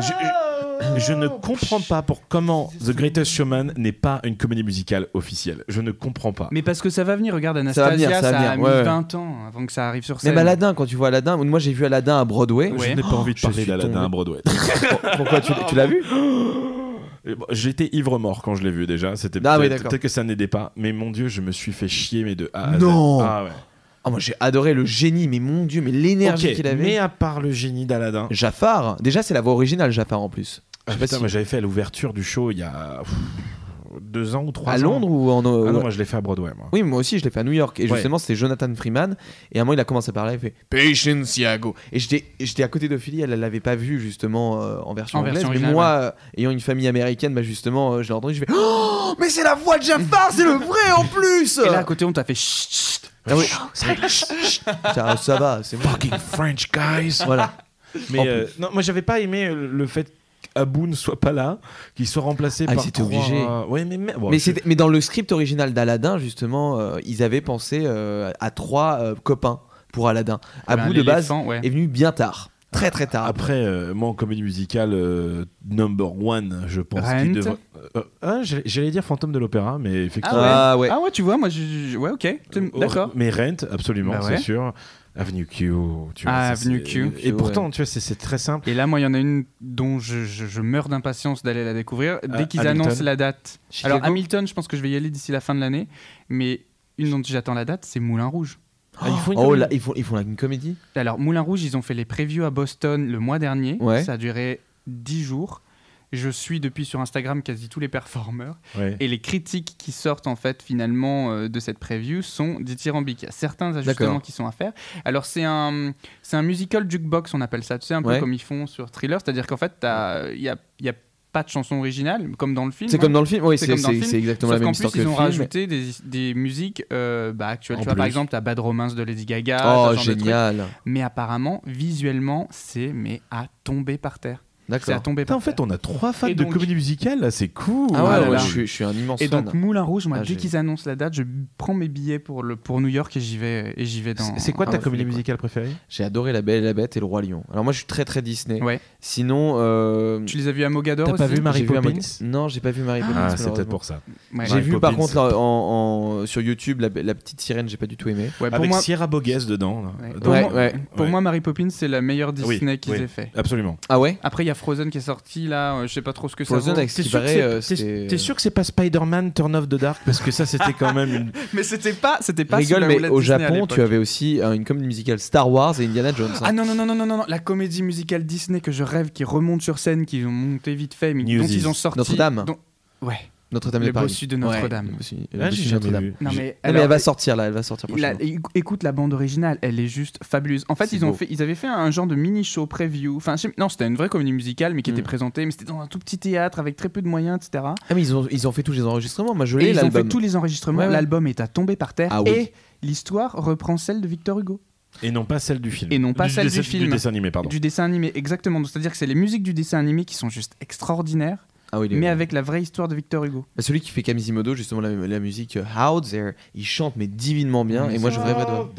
[SPEAKER 2] je, je- je ne comprends pas pour comment The Greatest Showman n'est pas une comédie musicale officielle. Je ne comprends pas.
[SPEAKER 4] Mais parce que ça va venir. Regarde
[SPEAKER 5] Ça va venir,
[SPEAKER 4] Anastasia, ça,
[SPEAKER 5] ça va venir,
[SPEAKER 4] a mis
[SPEAKER 5] ouais, ouais.
[SPEAKER 4] 20 ans avant que ça arrive sur scène.
[SPEAKER 5] Même Aladdin, quand tu vois Aladdin, moi j'ai vu Aladdin à Broadway.
[SPEAKER 4] Ouais.
[SPEAKER 2] Je n'ai pas envie de
[SPEAKER 5] je
[SPEAKER 2] parler
[SPEAKER 5] suis
[SPEAKER 2] d'Aladdin à
[SPEAKER 5] tombé.
[SPEAKER 2] Broadway.
[SPEAKER 5] Pourquoi tu, tu l'as vu
[SPEAKER 2] Et bon, J'étais ivre mort quand je l'ai vu déjà. C'était
[SPEAKER 5] Ah oui,
[SPEAKER 2] peut-être
[SPEAKER 5] d'accord.
[SPEAKER 2] peut-être que ça n'aidait pas. Mais mon dieu, je me suis fait chier mes deux. A à Z.
[SPEAKER 5] Non.
[SPEAKER 2] Ah ouais.
[SPEAKER 5] Ah, moi j'ai adoré le génie, mais mon dieu, mais l'énergie
[SPEAKER 2] Ok,
[SPEAKER 5] qu'il avait.
[SPEAKER 2] Mais à part le génie d'Aladdin.
[SPEAKER 5] Jaffar, déjà c'est la voix originale Jaffar en plus.
[SPEAKER 2] Ah,
[SPEAKER 5] Je sais pas
[SPEAKER 2] putain,
[SPEAKER 5] si-
[SPEAKER 2] mais j'avais fait à l'ouverture du show il y a pff, deux ans ou trois ans.
[SPEAKER 5] À Londres ou en.
[SPEAKER 2] Ah non,
[SPEAKER 5] ouais.
[SPEAKER 2] moi je l'ai fait à Broadway. Moi.
[SPEAKER 5] Oui, moi aussi je l'ai fait à New York. Et
[SPEAKER 2] Ouais.
[SPEAKER 5] justement c'était Jonathan Freeman. Et à un moment il a commencé à parler, il fait Patience Iago. Et j'étais j'étais à côté d'Ophélie, elle elle l'avait pas vu justement euh, en version
[SPEAKER 4] En
[SPEAKER 5] anglaise.
[SPEAKER 4] version
[SPEAKER 5] mais
[SPEAKER 4] originale,
[SPEAKER 5] moi, euh, ayant une famille américaine, bah justement euh, je l'ai entendu, je fais Oh Mais c'est la voix de Jaffar, c'est le vrai en plus
[SPEAKER 4] Et là à côté on t'a fait. Chut, chut.
[SPEAKER 5] Ah oui.
[SPEAKER 2] C'est
[SPEAKER 5] ça, ça va, c'est bon.
[SPEAKER 2] fucking French guys.
[SPEAKER 5] Voilà. En
[SPEAKER 2] Mais
[SPEAKER 5] plus.
[SPEAKER 2] euh, non, moi j'avais pas aimé euh, le fait qu'Abou ne soit pas là, qu'il soit remplacé
[SPEAKER 5] Ah,
[SPEAKER 2] par.
[SPEAKER 5] c'était
[SPEAKER 2] trois-
[SPEAKER 5] obligé.
[SPEAKER 2] Ouais, mais mais, bon,
[SPEAKER 5] mais,
[SPEAKER 2] je-
[SPEAKER 5] c'était- mais dans le script original d'Aladin, justement, euh, ils avaient pensé euh, à trois euh, copains pour Aladin.
[SPEAKER 4] Ah,
[SPEAKER 5] Abou de base
[SPEAKER 4] L'éléphant, ben, ouais.
[SPEAKER 5] est venu bien tard. Très très tard.
[SPEAKER 2] Après, euh, moi en comédie musicale, euh, number one, je pense
[SPEAKER 4] Rent.
[SPEAKER 2] qu'il devrait. euh, euh, ah, j'allais- J'allais dire Fantôme de l'Opéra, mais effectivement.
[SPEAKER 5] Ah ouais.
[SPEAKER 4] Ah ouais tu vois moi je- je- ouais ok C'est-
[SPEAKER 2] Oh,
[SPEAKER 4] d'accord.
[SPEAKER 2] Mais Rent, absolument,
[SPEAKER 4] Bah
[SPEAKER 2] c'est
[SPEAKER 4] ouais.
[SPEAKER 2] sûr. Avenue Q. Tu vois,
[SPEAKER 4] Ah,
[SPEAKER 2] ça,
[SPEAKER 4] Avenue
[SPEAKER 2] c'est-
[SPEAKER 4] Q,
[SPEAKER 2] Et pourtant, tu vois, c'est- c'est très simple.
[SPEAKER 4] Et là, moi, il y en a une dont je, je- je meurs d'impatience d'aller la découvrir. Dès
[SPEAKER 2] Ah,
[SPEAKER 4] qu'ils
[SPEAKER 2] Hamilton.
[SPEAKER 4] annoncent la date.
[SPEAKER 5] Euh, Chicago
[SPEAKER 4] Alors, Hamilton, je pense que je vais y aller d'ici la fin de l'année. Mais une dont j'attends la date, c'est Moulin Rouge.
[SPEAKER 2] Ah, ils font une
[SPEAKER 5] Oh
[SPEAKER 2] comédie.
[SPEAKER 5] là, ils font, ils font là une comédie
[SPEAKER 4] Alors, Moulin Rouge, ils ont fait les previews à Boston le mois dernier.
[SPEAKER 5] Ouais.
[SPEAKER 4] Ça a duré 10 jours. Je suis depuis sur Instagram quasi tous les performeurs.
[SPEAKER 2] Ouais.
[SPEAKER 4] Et les critiques qui sortent en fait finalement euh, de cette preview sont dithyrambiques. Il y a certains ajustements
[SPEAKER 5] D'accord.
[SPEAKER 4] qui sont à faire. Alors c'est un, c'est un musical jukebox, on appelle ça. Tu sais, un peu
[SPEAKER 5] Ouais.
[SPEAKER 4] comme ils font sur Thriller, c'est-à-dire qu'en fait, t'as- il n'y a, il y a pas de chanson originale, comme dans le film.
[SPEAKER 5] C'est
[SPEAKER 4] hein.
[SPEAKER 5] comme dans le film Oui,
[SPEAKER 4] C'est
[SPEAKER 5] c'est
[SPEAKER 4] comme dans le
[SPEAKER 5] c'est-
[SPEAKER 4] film,
[SPEAKER 5] c'est exactement
[SPEAKER 4] Sauf
[SPEAKER 5] la même
[SPEAKER 4] qu'en plus,
[SPEAKER 5] histoire que
[SPEAKER 4] ils
[SPEAKER 5] le
[SPEAKER 4] ont
[SPEAKER 5] film.
[SPEAKER 4] rajouté des, des musiques euh, bah, actuelles.
[SPEAKER 2] En
[SPEAKER 4] Tu vois, par
[SPEAKER 2] plus.
[SPEAKER 4] exemple, t'as Bad Romance de Lady Gaga.
[SPEAKER 5] Oh,
[SPEAKER 4] ce genre de trucs.
[SPEAKER 5] génial.
[SPEAKER 4] Mais apparemment, visuellement, c'est mais à tomber par terre. C'est à
[SPEAKER 5] D'accord.
[SPEAKER 4] tomber
[SPEAKER 2] Putain,
[SPEAKER 4] par
[SPEAKER 2] en fait,
[SPEAKER 4] terre.
[SPEAKER 2] on a trois fans
[SPEAKER 4] Et
[SPEAKER 2] de
[SPEAKER 4] donc-
[SPEAKER 2] comédie musicale, là, c'est cool.
[SPEAKER 5] Ah ouais,
[SPEAKER 4] Ah là
[SPEAKER 5] moi,
[SPEAKER 4] là.
[SPEAKER 5] Je, suis, je suis un immense
[SPEAKER 4] Et
[SPEAKER 5] fan.
[SPEAKER 4] donc Moulin Rouge, moi,
[SPEAKER 5] Ah,
[SPEAKER 4] dès
[SPEAKER 5] j'ai-
[SPEAKER 4] qu'ils annoncent la date, je b- prends mes billets pour, le, pour New York et j'y vais, et j'y vais dans.
[SPEAKER 2] Ah C'est Ah, quoi
[SPEAKER 4] dans
[SPEAKER 2] ta
[SPEAKER 4] la
[SPEAKER 2] comédie
[SPEAKER 4] foulée, quoi.
[SPEAKER 2] musicale préférée
[SPEAKER 5] J'ai adoré La Belle et la Bête et Le Roi Lion. Alors moi, je suis très très Disney.
[SPEAKER 4] Ouais.
[SPEAKER 5] Sinon, euh,
[SPEAKER 4] Tu les as vus à Mogador
[SPEAKER 2] T'as pas
[SPEAKER 4] aussi
[SPEAKER 2] vu Mary
[SPEAKER 5] j'ai vu un
[SPEAKER 2] Poppins
[SPEAKER 5] mot- Non, j'ai pas vu Marie Poppins.
[SPEAKER 2] Ah, c'est peut-être
[SPEAKER 5] malheureusement.
[SPEAKER 2] pour ça.
[SPEAKER 4] Ouais.
[SPEAKER 5] J'ai
[SPEAKER 2] Mary
[SPEAKER 5] vu par
[SPEAKER 2] Poppins.
[SPEAKER 5] contre en- en- sur YouTube la, la petite sirène, j'ai pas du tout aimé.
[SPEAKER 4] Ouais, pour
[SPEAKER 2] Avec
[SPEAKER 4] moi,
[SPEAKER 2] Sierra Bogues dedans. là.
[SPEAKER 4] ouais,
[SPEAKER 2] Dans-
[SPEAKER 4] pour
[SPEAKER 5] Ouais,
[SPEAKER 4] moi-
[SPEAKER 5] ouais.
[SPEAKER 4] pour
[SPEAKER 2] Ouais.
[SPEAKER 4] moi, Mary Poppins, c'est la meilleure Disney qu'ils
[SPEAKER 2] oui.
[SPEAKER 4] aient fait.
[SPEAKER 2] Absolument.
[SPEAKER 5] Ah ouais
[SPEAKER 4] Après, il y a Frozen qui est sorti là, euh, je sais pas trop ce que
[SPEAKER 5] Frozen
[SPEAKER 4] ça vaut.
[SPEAKER 5] avec ce qui
[SPEAKER 2] sûr que c'est-
[SPEAKER 5] paraît, euh,
[SPEAKER 2] t'es-
[SPEAKER 5] c'était-
[SPEAKER 2] t'es sûr que c'est pas Spider-Man Turn off the Dark Parce que ça, c'était quand même une.
[SPEAKER 4] Mais c'était pas, c'était pas. sous
[SPEAKER 5] Rigole,
[SPEAKER 4] la
[SPEAKER 5] mais
[SPEAKER 4] houlette
[SPEAKER 5] au
[SPEAKER 4] Disney à
[SPEAKER 5] Japon,
[SPEAKER 4] l'époque.
[SPEAKER 5] tu avais aussi euh, une comédie musicale Star Wars et Indiana Jones. hein.
[SPEAKER 4] Ah non, non, non, non, non, non, non, la comédie musicale Disney que je rêve, qui remonte sur scène, qu'ils ont monté vite fait, mais dont
[SPEAKER 2] Newsies.
[SPEAKER 4] ils ont sorti.
[SPEAKER 5] Notre-Dame.
[SPEAKER 4] dont- Ouais.
[SPEAKER 5] Notre-Dame de
[SPEAKER 4] Le
[SPEAKER 5] Paris.
[SPEAKER 4] bossu de Notre-Dame.
[SPEAKER 5] Ouais, le bossu- le
[SPEAKER 2] Ah,
[SPEAKER 5] bossu
[SPEAKER 2] j'ai
[SPEAKER 5] de
[SPEAKER 2] jamais
[SPEAKER 5] Notre-Dame.
[SPEAKER 2] vu.
[SPEAKER 4] Non,
[SPEAKER 5] J'ai-
[SPEAKER 4] mais,
[SPEAKER 5] Non, mais
[SPEAKER 4] alors,
[SPEAKER 5] elle va sortir là, elle va sortir
[SPEAKER 4] La-
[SPEAKER 5] prochainement.
[SPEAKER 4] éc- écoute la bande originale, elle est juste fabuleuse. En fait,
[SPEAKER 5] C'est
[SPEAKER 4] ils ont
[SPEAKER 5] beau.
[SPEAKER 4] fait, ils avaient fait un genre de mini show preview. Enfin, je sais- non, c'était une vraie comédie musicale, mais qui
[SPEAKER 5] Mm.
[SPEAKER 4] était présentée, mais c'était dans un tout petit théâtre avec très peu de moyens, etc.
[SPEAKER 5] Ah mais ils ont, ils ont fait tous les enregistrements, moi je
[SPEAKER 4] Et
[SPEAKER 5] l'ai
[SPEAKER 4] ils ont fait
[SPEAKER 5] l'album.
[SPEAKER 4] tous les enregistrements.
[SPEAKER 5] Ouais, ouais.
[SPEAKER 4] L'album est à tomber par terre.
[SPEAKER 5] Ah oui.
[SPEAKER 4] Et l'histoire reprend celle de Victor Hugo
[SPEAKER 2] Et non pas celle du film.
[SPEAKER 4] Et non pas celle du
[SPEAKER 2] dessin-
[SPEAKER 4] film.
[SPEAKER 5] Ah
[SPEAKER 2] dessin animé, pardon.
[SPEAKER 4] du dessin animé. Exactement. Donc, C'est-à-dire que c'est les musiques du dessin animé qui sont juste extraordinaires.
[SPEAKER 5] Ah oui, il est-
[SPEAKER 4] mais avec la vraie histoire de Victor Hugo.
[SPEAKER 5] Bah, celui qui fait Camizimodo, justement, la, la musique euh, How There, il chante mais divinement bien. Et moi, je rêverais de voir.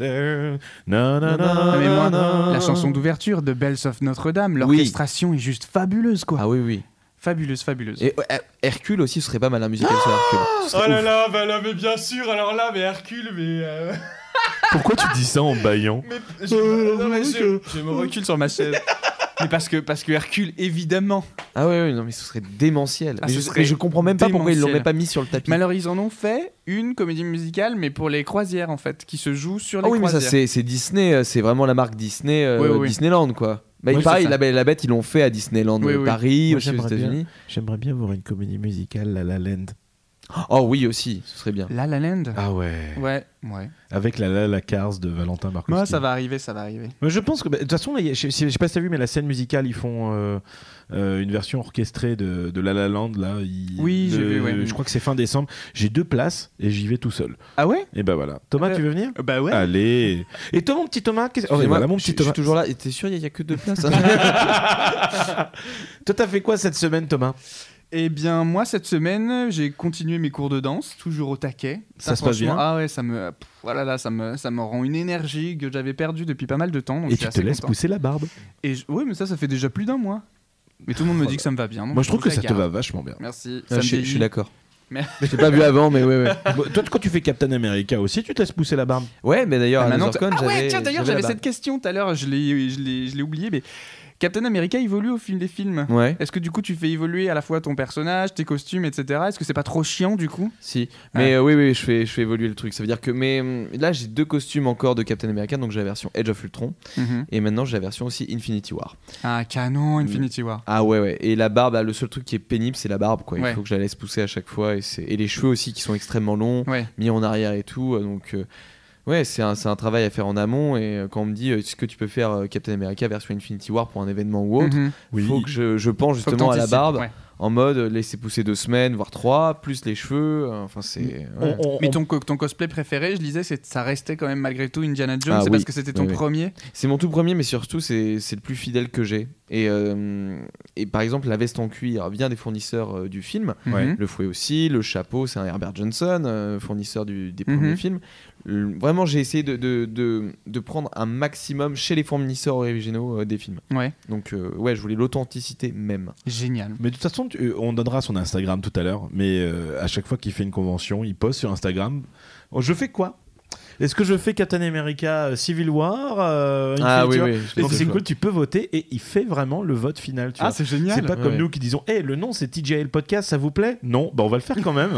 [SPEAKER 4] Ah, mais moi,
[SPEAKER 2] Nanana.
[SPEAKER 4] la chanson d'ouverture de Bells of Notre-Dame,
[SPEAKER 5] Oui.
[SPEAKER 4] l'orchestration est juste fabuleuse, quoi.
[SPEAKER 5] Ah oui, oui.
[SPEAKER 4] Fabuleuse, fabuleuse.
[SPEAKER 5] Et euh, Hercule aussi, ce serait pas mal la musique sur Hercule. Ce serait ouf.
[SPEAKER 4] là, bah là, mais bien sûr, alors là, mais Hercule, mais.
[SPEAKER 2] Pourquoi tu dis ça en baillant
[SPEAKER 4] Euh, mais je, me recule sur ma chaise. mais parce que, parce que Hercule, évidemment.
[SPEAKER 5] Ah oui, oui, non, mais ce serait démentiel.
[SPEAKER 4] Ah,
[SPEAKER 5] mais,
[SPEAKER 4] ce
[SPEAKER 5] je,
[SPEAKER 4] serait
[SPEAKER 5] mais je comprends même pas pourquoi ils l'ont
[SPEAKER 4] démentiel.
[SPEAKER 5] même pas mis sur le tapis.
[SPEAKER 4] Mais alors, ils en ont fait une comédie musicale, mais pour les croisières, en fait, qui se joue sur les
[SPEAKER 5] Ah oui, mais ça,
[SPEAKER 4] croisières.
[SPEAKER 5] c'est c'est Disney, euh, c'est vraiment la marque Disney, euh,
[SPEAKER 4] Oui, oui, oui.
[SPEAKER 5] Disneyland, quoi. Bah,
[SPEAKER 4] Oui,
[SPEAKER 5] pareil,
[SPEAKER 4] c'est ça.
[SPEAKER 5] la Belle et la Bête, ils l'ont fait à Disneyland
[SPEAKER 4] Oui,
[SPEAKER 5] euh,
[SPEAKER 4] oui.
[SPEAKER 5] Paris,
[SPEAKER 2] Moi,
[SPEAKER 5] aussi aux
[SPEAKER 2] j'aimerais bien.
[SPEAKER 5] États-Unis.
[SPEAKER 2] J'aimerais bien voir une comédie musicale La La Land.
[SPEAKER 5] Oh oui, aussi, ce serait bien.
[SPEAKER 4] La La Land.
[SPEAKER 2] Ah ouais.
[SPEAKER 4] Ouais, ouais.
[SPEAKER 2] Avec La La La Cars de Valentin Marcos.
[SPEAKER 4] Moi, ça va arriver, ça va arriver.
[SPEAKER 2] Mais je pense que bah, de toute façon, là, il y a- je, sais- je sais pas si t'as vu, mais la scène musicale, ils font euh, euh, une version orchestrée de, de La La Land. Là, ils-
[SPEAKER 4] Oui,
[SPEAKER 2] le-
[SPEAKER 4] j'ai vu, ouais.
[SPEAKER 2] Je crois que c'est fin décembre. J'ai deux places et j'y vais tout seul.
[SPEAKER 4] Ah ouais
[SPEAKER 2] Et ben voilà. Thomas,
[SPEAKER 4] Euh,
[SPEAKER 2] tu veux venir
[SPEAKER 4] Bah ouais.
[SPEAKER 2] Allez. Et toi, mon petit Thomas qu'est-ce- Oh, et
[SPEAKER 5] Excusez-moi,
[SPEAKER 2] voilà, mon
[SPEAKER 5] je-
[SPEAKER 2] petit
[SPEAKER 5] je suis
[SPEAKER 2] Thomas.
[SPEAKER 5] toujours là. Et T'es sûr, il y a- il y a que deux places hein
[SPEAKER 2] Toi, t'as fait quoi cette semaine, Thomas
[SPEAKER 4] Eh bien, moi, cette semaine, j'ai continué mes cours de danse, toujours au taquet.
[SPEAKER 2] Ça se passe
[SPEAKER 4] franchement,
[SPEAKER 2] bien
[SPEAKER 4] Ah ouais, ça me, pff, voilà là, ça me, ça me rend une énergie que j'avais perdue depuis pas mal de temps. donc
[SPEAKER 2] Et
[SPEAKER 4] je
[SPEAKER 2] tu
[SPEAKER 4] suis
[SPEAKER 2] te
[SPEAKER 4] assez
[SPEAKER 2] laisses
[SPEAKER 4] content.
[SPEAKER 2] pousser la barbe.
[SPEAKER 4] Et je- oui, mais ça, ça fait déjà plus d'un mois. Mais tout le monde me dit que ça me va bien. donc
[SPEAKER 2] Moi, je trouve que
[SPEAKER 4] la
[SPEAKER 2] ça te
[SPEAKER 4] garde.
[SPEAKER 2] va vachement bien.
[SPEAKER 4] Merci.
[SPEAKER 5] Ah,
[SPEAKER 4] ça me
[SPEAKER 5] Je je
[SPEAKER 4] vieillit.
[SPEAKER 5] suis d'accord.
[SPEAKER 4] Mais-
[SPEAKER 5] Je l'ai pas vu avant, mais ouais, ouais.
[SPEAKER 2] Bon, toi, quand tu fais Captain America aussi, tu te laisses pousser la barbe.
[SPEAKER 5] Ouais, mais d'ailleurs,
[SPEAKER 4] Ah,
[SPEAKER 5] à
[SPEAKER 4] maintenant,
[SPEAKER 5] Another Con,
[SPEAKER 4] ah ouais,
[SPEAKER 5] j'avais-
[SPEAKER 4] tiens, d'ailleurs, j'avais
[SPEAKER 5] la
[SPEAKER 4] cette question tout à l'heure, je l'ai, je l'ai, je l'ai oublié, mais Captain America évolue au fil des films.
[SPEAKER 5] barbe. Ouais,
[SPEAKER 4] Est-ce que du coup tu fais évoluer à la fois ton personnage, tes costumes, etc. Est-ce que c'est pas trop chiant du coup
[SPEAKER 5] si. Mais euh, oui, oui, je fais, je fais évoluer le truc. Ça veut dire que. Mais hum, là, j'ai deux costumes encore de Captain America. Donc, j'ai la version Edge of Ultron.
[SPEAKER 2] Mhm.
[SPEAKER 5] Et maintenant, j'ai la version aussi Infinity War.
[SPEAKER 4] Ah canon,
[SPEAKER 2] Mm.
[SPEAKER 4] Infinity War.
[SPEAKER 5] Ah ouais, ouais. Et la barbe, là, le seul truc qui est pénible, c'est la barbe, quoi. Il
[SPEAKER 4] Ouais.
[SPEAKER 5] faut que je la laisse pousser à chaque fois. Et, c'est- et les cheveux aussi qui sont extrêmement longs,
[SPEAKER 4] Ouais.
[SPEAKER 5] mis en arrière et tout. euh, Donc, euh, ouais, c'est un, c'est un travail à faire en amont. Et euh, quand on me dit euh, ce que tu peux faire euh, Captain America version Infinity War pour un événement ou autre,
[SPEAKER 4] Mhm.
[SPEAKER 5] faut que je, je pense
[SPEAKER 4] Faut que
[SPEAKER 5] justement à la
[SPEAKER 4] t'anticipes,
[SPEAKER 5] barbe
[SPEAKER 4] ouais.
[SPEAKER 5] en mode euh, laisser pousser deux semaines, voire trois, plus les cheveux. euh, Enfin, c'est. ouais.
[SPEAKER 2] On- on-
[SPEAKER 4] Mais
[SPEAKER 2] on-
[SPEAKER 4] ton, co- ton cosplay préféré, je disais, c'est, ça restait quand même malgré tout Indiana Jones.
[SPEAKER 5] Ah
[SPEAKER 4] c'est
[SPEAKER 5] oui,
[SPEAKER 4] parce que c'était ton
[SPEAKER 5] oui, oui.
[SPEAKER 4] premier.
[SPEAKER 5] C'est mon tout premier, mais surtout, c'est c'est le plus fidèle que j'ai. Et, euh, et par exemple, la veste en cuir vient des fournisseurs euh, du film.
[SPEAKER 2] Ouais.
[SPEAKER 4] Mhm.
[SPEAKER 5] Le fouet aussi, le chapeau, c'est un Herbert Johnson, euh, fournisseur du- des
[SPEAKER 4] Mhm.
[SPEAKER 5] premiers films. Le- vraiment, j'ai essayé de, de, de- de prendre un maximum chez les fournisseurs originaux euh, des films.
[SPEAKER 4] Ouais.
[SPEAKER 5] Donc, euh, ouais, je voulais l'authenticité même.
[SPEAKER 4] Génial.
[SPEAKER 2] Mais de toute façon, tu- euh, on donnera son Instagram tout à l'heure. Mais euh, à chaque fois qu'il fait une convention, il poste sur Instagram. Oh, je fais quoi Est-ce que je fais Captain America euh, Civil War euh, Infinity War
[SPEAKER 5] Ah oui.
[SPEAKER 2] Donc c'est cool, tu peux voter et il fait vraiment le vote final. tu vois.
[SPEAKER 4] Ah, c'est
[SPEAKER 2] C'est
[SPEAKER 4] génial.
[SPEAKER 2] pas
[SPEAKER 5] Ouais,
[SPEAKER 2] comme
[SPEAKER 5] ouais.
[SPEAKER 2] nous qui disons Eh, le nom c'est TJL Podcast, ça vous plaît Non, bah on va le faire quand même.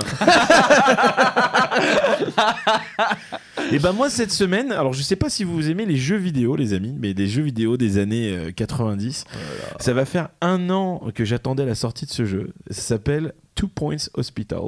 [SPEAKER 2] et ben moi cette semaine, alors je sais pas si vous aimez les jeux vidéo les amis, mais des jeux vidéo des années euh, 90, ça va faire un an que j'attendais la sortie de ce jeu. Ça s'appelle Two Points Hospital,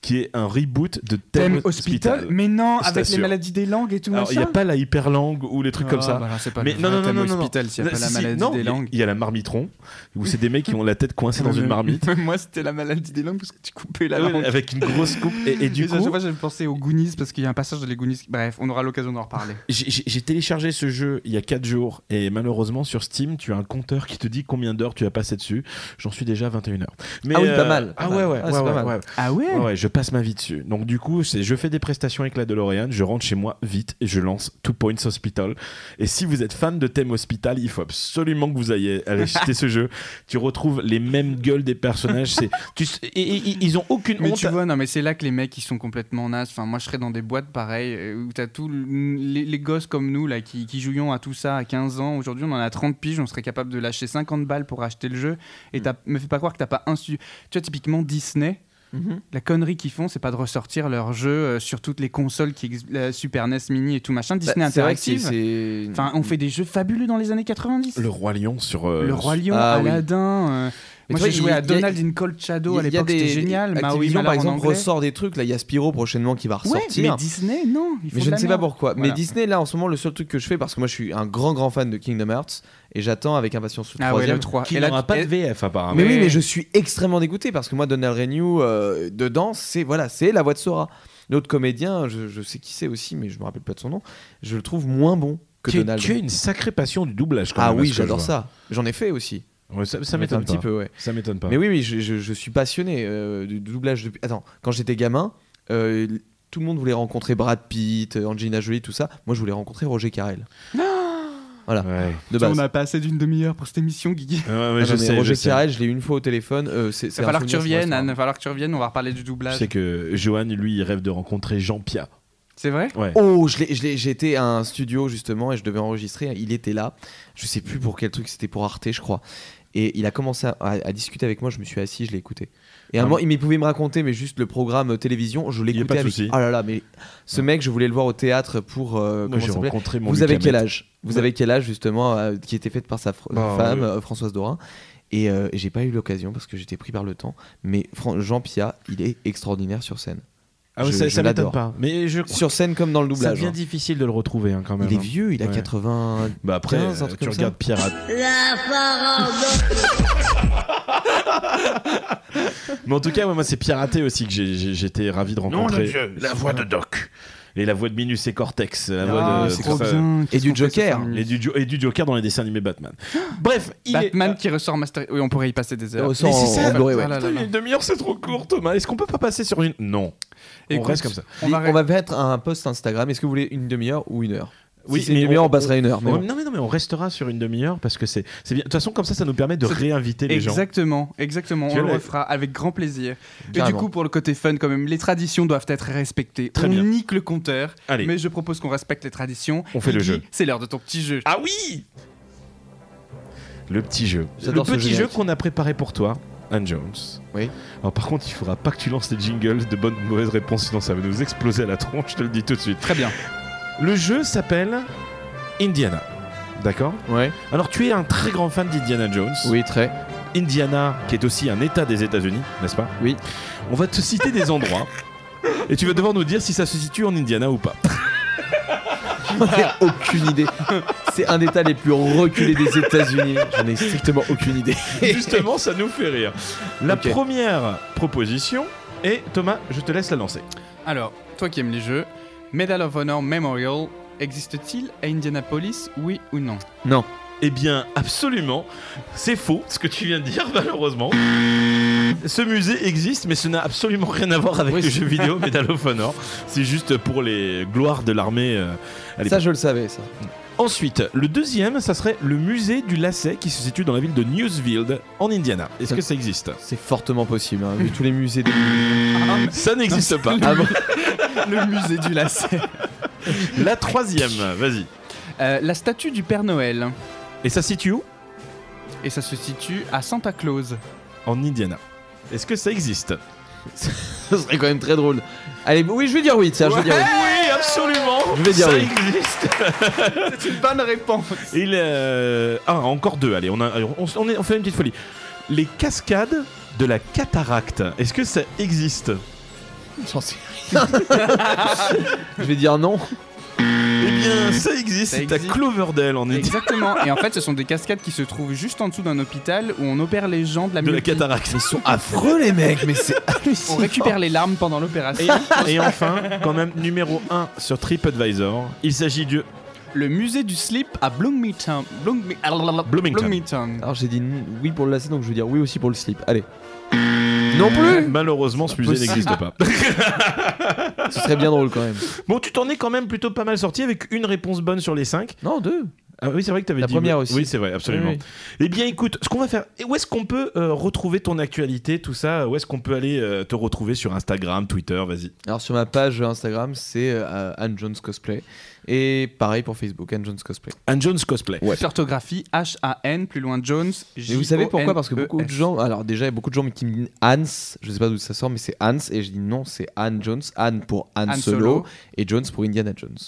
[SPEAKER 2] qui est un reboot de Thème
[SPEAKER 4] Thème hospital.
[SPEAKER 2] Hospital.
[SPEAKER 4] Mais non,
[SPEAKER 2] Je
[SPEAKER 4] avec les
[SPEAKER 2] t'assure.
[SPEAKER 4] maladies des langues et tout
[SPEAKER 2] Alors il n'y a
[SPEAKER 4] machin.
[SPEAKER 2] pas la hyperlangue ou les trucs comme ça.
[SPEAKER 4] c'est pas
[SPEAKER 2] Mais
[SPEAKER 4] le
[SPEAKER 2] non,
[SPEAKER 4] vrai
[SPEAKER 2] non, non,
[SPEAKER 4] thème
[SPEAKER 2] non, non.
[SPEAKER 4] hospital Ah, bah, s'il y a pas
[SPEAKER 2] Si,
[SPEAKER 4] la
[SPEAKER 2] si,
[SPEAKER 4] maladie
[SPEAKER 2] non,
[SPEAKER 4] des
[SPEAKER 2] il y a-
[SPEAKER 4] langues.
[SPEAKER 2] Il y a la marmitron, où c'est des mecs qui ont la tête coincée dans une marmite.
[SPEAKER 4] Moi, c'était la maladie des langues parce que tu coupais la
[SPEAKER 2] Ouais,
[SPEAKER 4] langue.
[SPEAKER 2] avec une grosse coupe. Et, et du
[SPEAKER 4] Mais à chaque
[SPEAKER 2] coup,
[SPEAKER 4] fois, j'avais pensé aux Goonies parce qu'il y a un passage de les Goonies. qui- Bref, on aura l'occasion d'en reparler.
[SPEAKER 2] j'ai- j'ai j'ai téléchargé ce jeu il y a 4 jours. Et malheureusement, sur Steam, tu as un compteur qui te dit combien d'heures tu as passé dessus. J'en suis déjà à 21h. Mais,
[SPEAKER 5] Ah oui, pas mal,
[SPEAKER 2] Ah
[SPEAKER 5] pas
[SPEAKER 2] ouais,
[SPEAKER 5] mal.
[SPEAKER 2] ouais,
[SPEAKER 5] Ah,
[SPEAKER 2] ouais,
[SPEAKER 5] c'est
[SPEAKER 2] ouais,
[SPEAKER 5] pas mal.
[SPEAKER 2] ouais.
[SPEAKER 4] Ah ouais
[SPEAKER 2] Ouais, ouais, je passe ma vie dessus. Donc du coup, c'est je fais des prestations avec la DeLorean, je rentre chez moi vite et je lance Two Points Hospital. Et si vous êtes fan de thème hospital, il faut absolument que vous ayez aller acheter ce jeu. Tu retrouves les mêmes gueules des personnages, c'est tu s- et, et- et- ils ont aucune
[SPEAKER 4] Mais
[SPEAKER 2] honte.
[SPEAKER 4] tu vois, non, mais c'est là que les mecs ils sont complètement nazes. Enfin, moi je serais dans des boîtes pareilles euh, où t'as tous les, les gosses comme nous là qui, qui jouions à tout ça à 15 ans. Aujourd'hui, on en a 30 piges, on serait capable de lâcher 50 balles pour acheter le jeu. Et t'as- me fais pas croire que t'as pas un studio. Tu vois, typiquement Disney.
[SPEAKER 5] Mhm.
[SPEAKER 4] La connerie qu'ils font, c'est pas de ressortir leur jeu euh, sur toutes les consoles qui ex- la Super NES Mini et tout machin. Disney
[SPEAKER 5] Bah, c'est vrai que c'est-
[SPEAKER 4] Interactive.
[SPEAKER 5] c'est-
[SPEAKER 4] Enfin, on fait des jeux fabuleux dans les années 90.
[SPEAKER 2] Le roi lion sur euh,
[SPEAKER 4] Le Roi Lion,
[SPEAKER 5] Ah oui.
[SPEAKER 4] Aladdin. euh,
[SPEAKER 5] Mais
[SPEAKER 4] Moi,
[SPEAKER 5] tu vois,
[SPEAKER 4] j'ai
[SPEAKER 5] il-
[SPEAKER 4] joué à
[SPEAKER 5] il y a-
[SPEAKER 4] Donald in Cold Shadow à
[SPEAKER 5] Il y a
[SPEAKER 4] l'époque, c'était
[SPEAKER 5] des-
[SPEAKER 4] génial. Maui
[SPEAKER 5] Activision,
[SPEAKER 4] Mallard
[SPEAKER 5] par
[SPEAKER 4] en
[SPEAKER 5] exemple,
[SPEAKER 4] anglais.
[SPEAKER 5] ressort des trucs. Là, il y a Spyro prochainement qui va
[SPEAKER 4] Ouais, mais
[SPEAKER 5] ressortir.
[SPEAKER 4] Disney, non. ils
[SPEAKER 5] Mais
[SPEAKER 4] font
[SPEAKER 5] je
[SPEAKER 4] de
[SPEAKER 5] ne
[SPEAKER 4] la
[SPEAKER 5] sais pas
[SPEAKER 4] merde.
[SPEAKER 5] pourquoi.
[SPEAKER 4] Voilà.
[SPEAKER 5] Mais Disney, là, en ce moment, le seul truc que je fais, parce que moi, je suis un grand, grand fan de Kingdom Hearts, et j'attends avec impatience le
[SPEAKER 4] Ah ouais,
[SPEAKER 5] troisième.
[SPEAKER 4] le 3.
[SPEAKER 2] qui n'aura pas de VF apparemment.
[SPEAKER 5] mais oui,
[SPEAKER 4] mais-
[SPEAKER 5] mais je suis extrêmement dégoûté parce que moi, Donald Renew, euh, dedans, c'est voilà, c'est la voix de Sora. L'autre comédien, je, je sais qui c'est aussi, mais je me rappelle pas de son nom. Je le trouve moins bon que
[SPEAKER 2] tu,
[SPEAKER 5] Donald.
[SPEAKER 2] tu as une sacrée passion du doublage quand
[SPEAKER 5] ah
[SPEAKER 2] même, à
[SPEAKER 5] oui,
[SPEAKER 2] ce que je
[SPEAKER 5] j'adore
[SPEAKER 2] vois.
[SPEAKER 5] ça. J'en ai fait aussi.
[SPEAKER 2] Ouais, ça ça
[SPEAKER 5] Ça
[SPEAKER 2] m'étonne
[SPEAKER 5] m'étonne un petit
[SPEAKER 2] pas.
[SPEAKER 5] peu, ouais.
[SPEAKER 2] Ça m'étonne pas.
[SPEAKER 5] Mais oui, oui, je, je- je suis passionné euh, du doublage depuis. Attends, quand j'étais gamin, euh, tout le monde voulait rencontrer Brad Pitt, euh, Angelina Jolie, tout ça. Moi, je voulais rencontrer Roger Carrel. voilà,
[SPEAKER 2] Ouais.
[SPEAKER 5] de
[SPEAKER 4] On
[SPEAKER 5] base.
[SPEAKER 4] n'a pas assez d'une demi-heure pour cette émission, Guigui.
[SPEAKER 2] Ah ouais,
[SPEAKER 5] Ah non,
[SPEAKER 2] je
[SPEAKER 5] mais
[SPEAKER 2] sais, je
[SPEAKER 5] Roger
[SPEAKER 2] sais.
[SPEAKER 5] Carrel, je l'ai eu une fois au téléphone. euh, c'est,
[SPEAKER 4] Il
[SPEAKER 5] c'est un
[SPEAKER 4] va falloir que tu
[SPEAKER 5] souvenir, c'est
[SPEAKER 4] reviennes,
[SPEAKER 5] un
[SPEAKER 4] Anne. Il
[SPEAKER 5] souvenir.
[SPEAKER 4] va falloir que tu reviennes. On va reparler du
[SPEAKER 2] Je
[SPEAKER 4] doublage.
[SPEAKER 2] sais que Johan, lui, il rêve de rencontrer Jean Pia.
[SPEAKER 4] C'est vrai
[SPEAKER 2] Ouais.
[SPEAKER 5] Oh, je l'ai- je l'ai- j'étais à un studio justement et je devais enregistrer. Il était là. Je sais plus pour quel truc, c'était pour Arte, je crois. Et il a commencé à, à- à discuter avec moi. Je me suis assis, je l'ai écouté. Et à un
[SPEAKER 2] Ah
[SPEAKER 5] moment, il pouvait me raconter, mais juste le programme euh, télévision, je
[SPEAKER 2] y a pas
[SPEAKER 5] l'écoutais
[SPEAKER 2] de
[SPEAKER 5] avec.
[SPEAKER 2] souci.
[SPEAKER 5] Ah là là, mais ce mec, je voulais le voir au théâtre pour. euh,
[SPEAKER 2] Moi,
[SPEAKER 5] comment
[SPEAKER 2] j'ai
[SPEAKER 5] ça s'appelait
[SPEAKER 2] rencontré mon
[SPEAKER 5] Vous
[SPEAKER 2] Luc
[SPEAKER 5] avez quel
[SPEAKER 2] Hamet.
[SPEAKER 5] âge Vous avez quel âge justement euh, qui était faite par sa fr-
[SPEAKER 2] Bah,
[SPEAKER 5] femme
[SPEAKER 2] ouais.
[SPEAKER 5] euh, Françoise Dorin et, euh, et j'ai pas eu l'occasion parce que j'étais pris par le temps. Mais Fran- Jean Pia, il est extraordinaire sur scène.
[SPEAKER 2] Ah ouais,
[SPEAKER 5] Je-
[SPEAKER 2] ça,
[SPEAKER 5] je
[SPEAKER 2] ça m'étonne
[SPEAKER 5] l'adore.
[SPEAKER 2] pas. Mais je crois
[SPEAKER 5] Sur scène comme dans le
[SPEAKER 2] que ça
[SPEAKER 5] doublage.
[SPEAKER 2] devient
[SPEAKER 5] hein.
[SPEAKER 2] difficile de le retrouver hein, quand même.
[SPEAKER 5] Il est
[SPEAKER 2] hein.
[SPEAKER 5] vieux, il a
[SPEAKER 2] Ouais.
[SPEAKER 5] 80.
[SPEAKER 2] Bah après,
[SPEAKER 5] 15, un
[SPEAKER 2] euh,
[SPEAKER 5] truc
[SPEAKER 2] tu
[SPEAKER 5] comme ça.
[SPEAKER 2] regardes Pirate.
[SPEAKER 6] La parole
[SPEAKER 2] Mais en tout cas, ouais, moi, c'est Piraté aussi que j'ai- j'ai- j'étais ravi de rencontrer. la voix de Doc. Et la voix de Minus et Cortex. La voix
[SPEAKER 4] Ah,
[SPEAKER 2] de,
[SPEAKER 4] c'est
[SPEAKER 2] tout
[SPEAKER 4] trop
[SPEAKER 2] ça.
[SPEAKER 4] bien. Qu'est-ce
[SPEAKER 5] du
[SPEAKER 4] qu'on fait,
[SPEAKER 5] Joker. hein.
[SPEAKER 4] ce film
[SPEAKER 2] Et du, Jo- et du Joker dans les dessins animés Batman. Bref, il est-
[SPEAKER 4] Ah, Batman qui ressort Master. Oui, on pourrait y passer des heures.
[SPEAKER 5] Il ressort
[SPEAKER 4] Mais
[SPEAKER 5] en-
[SPEAKER 4] c'est
[SPEAKER 5] en
[SPEAKER 4] ça.
[SPEAKER 5] Blu-ray, ouais.
[SPEAKER 4] Ah là là
[SPEAKER 2] Putain,
[SPEAKER 4] là.
[SPEAKER 2] une demi-heure, c'est trop court, Thomas. Est-ce qu'on peut pas passer sur une. Non. on
[SPEAKER 4] Écoute,
[SPEAKER 2] reste comme ça.
[SPEAKER 4] On va
[SPEAKER 5] on va mettre un post Instagram. Est-ce que vous voulez une demi-heure ou une heure
[SPEAKER 2] Oui,
[SPEAKER 5] si c'est une
[SPEAKER 2] mais
[SPEAKER 5] demi-heure,
[SPEAKER 2] on-
[SPEAKER 5] on, passera une heure. mais
[SPEAKER 2] Ouais,
[SPEAKER 5] bon.
[SPEAKER 2] mais Non, mais non, mais on restera sur une demi-heure parce que c'est c'est bien. De toute façon, comme ça, ça nous permet de
[SPEAKER 4] C'est-
[SPEAKER 2] réinviter les gens.
[SPEAKER 4] Exactement, exactement.
[SPEAKER 2] Tu
[SPEAKER 4] on
[SPEAKER 2] vois,
[SPEAKER 4] le
[SPEAKER 2] la-
[SPEAKER 4] refera avec grand plaisir. Et du
[SPEAKER 5] Carrément.
[SPEAKER 4] coup, pour le côté fun, quand même, les traditions doivent être respectées.
[SPEAKER 2] Très
[SPEAKER 4] on
[SPEAKER 2] bien.
[SPEAKER 4] nique le compteur,
[SPEAKER 2] Allez.
[SPEAKER 4] mais je propose qu'on respecte les traditions.
[SPEAKER 2] On fait le
[SPEAKER 4] Guigui,
[SPEAKER 2] jeu.
[SPEAKER 4] C'est l'heure de ton petit jeu.
[SPEAKER 2] Ah oui Le petit jeu. Le
[SPEAKER 5] J'adore ce
[SPEAKER 2] petit jeu
[SPEAKER 5] générique.
[SPEAKER 2] qu'on a préparé pour toi, Anne Jones.
[SPEAKER 5] Oui.
[SPEAKER 2] Alors, par contre, il faudra pas que tu lances les jingles de bonnes ou de mauvaises réponses, sinon ça va nous exploser à la tronche, je te le dis tout de suite.
[SPEAKER 4] Très bien.
[SPEAKER 2] Le jeu s'appelle Indiana. D'accord
[SPEAKER 5] Ouais.
[SPEAKER 2] Alors, tu es un très grand fan d'Indiana Jones.
[SPEAKER 5] Oui, très.
[SPEAKER 2] Indiana, qui est aussi un état des États-Unis, n'est-ce pas
[SPEAKER 5] Oui.
[SPEAKER 2] On va te citer des endroits. Et tu vas devoir nous dire si ça se situe en Indiana ou pas.
[SPEAKER 5] aucune idée. C'est un des états les plus reculés des États-Unis. J'en ai strictement aucune idée.
[SPEAKER 2] Justement, ça nous fait rire. La
[SPEAKER 5] Ok.
[SPEAKER 2] première proposition est Thomas, je te laisse la lancer.
[SPEAKER 4] Alors, toi qui aimes les jeux, Medal of Honor Memorial, existe-t-il à Indianapolis, oui ou non
[SPEAKER 2] Eh bien, absolument. C'est faux ce que tu viens de dire, malheureusement. Ce musée existe, mais ce n'a absolument rien à voir avec
[SPEAKER 5] Oui,
[SPEAKER 2] le
[SPEAKER 5] c'est-
[SPEAKER 2] jeu vidéo Medal of Honor. C'est juste pour les gloires de l'armée. euh, à l'époque.
[SPEAKER 5] Ça, je le savais, ça.
[SPEAKER 2] Ensuite, le deuxième, ça serait le musée du lacet qui se situe dans la ville de Newsville, en Indiana. Est-ce que ça existe
[SPEAKER 5] C'est fortement possible, hein, vu tous les musées. Des...
[SPEAKER 2] Ça n'existe pas.
[SPEAKER 5] Ah bon
[SPEAKER 4] Le musée du lacet.
[SPEAKER 2] La troisième, vas-y.
[SPEAKER 4] Euh, la statue du Père Noël.
[SPEAKER 2] Et ça se situe où
[SPEAKER 4] Et ça se situe à Santa Claus.
[SPEAKER 2] En Indiana. Est-ce que ça existe
[SPEAKER 5] Ce serait quand même très drôle. Allez, oui, je vais dire oui, tiens, Ah, je vais dire oui.
[SPEAKER 2] Oui, absolument.
[SPEAKER 5] Je vais dire
[SPEAKER 2] ça
[SPEAKER 5] oui.
[SPEAKER 2] existe.
[SPEAKER 4] C'est une bonne réponse.
[SPEAKER 2] Il euh, ah encore deux. Allez, on a- on, s- on est- on fait une petite folie. Les cascades de la cataracte. Est-ce que ça existe
[SPEAKER 5] J'en sais rien. je vais dire non.
[SPEAKER 2] Eh bien, ça existe.
[SPEAKER 4] Ça
[SPEAKER 2] C'est à
[SPEAKER 4] existe.
[SPEAKER 2] Cloverdale en Indiana.
[SPEAKER 4] Exactement. Et en fait, ce sont des cascades qui se trouvent juste en dessous d'un hôpital où on opère les gens de la
[SPEAKER 2] De la
[SPEAKER 4] myopie.
[SPEAKER 2] cataracte. Ils sont
[SPEAKER 5] Affreux, les mecs, mais c'est
[SPEAKER 4] On
[SPEAKER 5] hallucinant.
[SPEAKER 4] récupère les larmes pendant l'opération.
[SPEAKER 2] Et, et enfin, quand même, numéro 1 sur TripAdvisor, il s'agit du
[SPEAKER 4] Le musée du slip à Bloomington. Blooming-
[SPEAKER 2] Bloomington.
[SPEAKER 4] Bloomington.
[SPEAKER 5] Alors j'ai dit n- oui pour le lacet, donc je veux dire oui aussi pour le slip. Allez. Non plus
[SPEAKER 2] Malheureusement, ce musée
[SPEAKER 5] possible.
[SPEAKER 2] n'existe pas.
[SPEAKER 5] Ce serait bien drôle quand même.
[SPEAKER 2] Bon, tu t'en es quand même plutôt pas mal sorti avec une réponse bonne sur les 5.
[SPEAKER 5] Non, deux.
[SPEAKER 2] Ah oui, c'est vrai que tu avais
[SPEAKER 5] La
[SPEAKER 2] dit.
[SPEAKER 5] première
[SPEAKER 2] oui.
[SPEAKER 5] aussi.
[SPEAKER 2] Oui, c'est vrai, absolument.
[SPEAKER 5] Oui,
[SPEAKER 2] Eh bien, écoute, ce qu'on va faire, et où est-ce qu'on peut euh, retrouver ton actualité, tout ça Où est-ce qu'on peut aller euh, te retrouver sur Instagram, Twitter Vas-y.
[SPEAKER 5] Alors sur ma page Instagram, c'est euh, Anne Jones Cosplay. Et pareil pour Facebook, Anne Jones Cosplay.
[SPEAKER 2] Anne Jones Cosplay.
[SPEAKER 5] Ouais.
[SPEAKER 4] S'orthographie H-A-N, plus loin Jones.
[SPEAKER 5] Et vous savez pourquoi Parce que beaucoup de
[SPEAKER 4] J-O-N-E-S.
[SPEAKER 5] gens. Alors déjà, il y a beaucoup de gens qui me disent Hans, je sais pas d'où ça sort, mais c'est Hans. Et je dis non, c'est Anne Jones. Anne pour Anne,
[SPEAKER 4] Anne
[SPEAKER 5] Solo,
[SPEAKER 4] Solo.
[SPEAKER 5] et Jones pour Indiana Jones.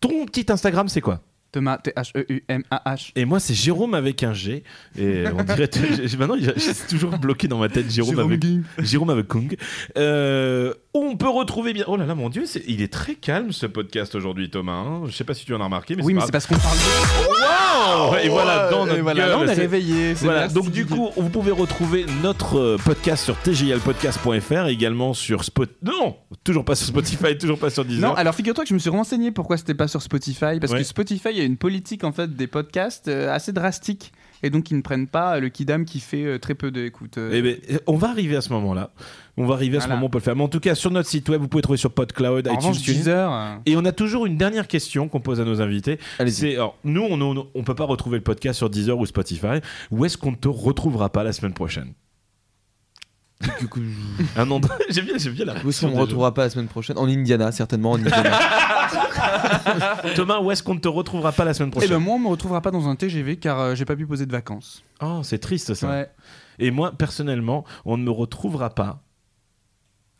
[SPEAKER 2] Ton petit Instagram, c'est quoi
[SPEAKER 4] Thomas, E T-H-E-U-M-A-H.
[SPEAKER 2] Et moi, c'est Jérôme avec un G. Et on dirait. j'ai- Maintenant, j'ai- c'est toujours bloqué dans ma tête, Jérôme, avec. Jérôme avec Kung. Euh, on peut retrouver bien. Oh là là, mon Dieu, c'est- il est très calme ce podcast aujourd'hui, Thomas. hein. Je sais pas si tu en as remarqué, mais
[SPEAKER 4] Oui, mais
[SPEAKER 2] c'est
[SPEAKER 4] c'est parce qu'on parle
[SPEAKER 2] pas.
[SPEAKER 4] de.
[SPEAKER 2] grave. Et voilà, dans
[SPEAKER 4] Et
[SPEAKER 2] notre
[SPEAKER 4] voilà, là,
[SPEAKER 2] gueule,
[SPEAKER 4] on est
[SPEAKER 2] c'est-
[SPEAKER 4] réveillé. c'est
[SPEAKER 2] Voilà,
[SPEAKER 4] merci,
[SPEAKER 2] donc du
[SPEAKER 4] Didier.
[SPEAKER 2] coup, vous pouvez retrouver notre euh, podcast sur tglpodcast.fr, également sur Spot. Non, toujours pas sur Spotify, toujours pas sur Deezer.
[SPEAKER 4] Non, euh, alors figure-toi que je me suis renseigné pourquoi c'était pas sur Spotify, parce
[SPEAKER 2] Ouais.
[SPEAKER 4] que Spotify a une politique en fait des podcasts euh, assez drastique. et donc ils ne prennent pas le kidam qui fait euh, très peu d'écoute. euh,
[SPEAKER 2] Eh ben, on va arriver à ce moment-là. On va arriver à ce
[SPEAKER 4] Voilà.
[SPEAKER 2] moment, on peut le faire. Mais en tout cas, sur notre site web, vous pouvez trouver sur PodCloud,
[SPEAKER 4] en
[SPEAKER 2] iTunes,
[SPEAKER 4] revanche,
[SPEAKER 2] TuneIn.
[SPEAKER 4] Deezer, euh,
[SPEAKER 2] Et on a toujours une dernière question qu'on pose à nos invités.
[SPEAKER 5] Allez-y.
[SPEAKER 2] C'est alors, nous, on, on, on peut pas retrouver le podcast sur Deezer ou Spotify. Où est-ce qu'on ne te retrouvera pas la semaine prochaine Un endroit. J'aime bien, j'aime bien la.
[SPEAKER 5] Où est-ce
[SPEAKER 2] réaction
[SPEAKER 5] qu'on
[SPEAKER 2] des
[SPEAKER 5] me retrouvera pas la semaine prochaine En Indiana, certainement en Indiana.
[SPEAKER 2] gens. Thomas, où est-ce qu'on ne te retrouvera pas la semaine
[SPEAKER 4] Eh
[SPEAKER 2] prochaine
[SPEAKER 4] ben moi, on me retrouvera pas dans un TGV car euh, j'ai pas pu poser de vacances.
[SPEAKER 2] Oh, c'est triste ça.
[SPEAKER 4] Ouais.
[SPEAKER 2] Et moi, personnellement, on ne me retrouvera pas.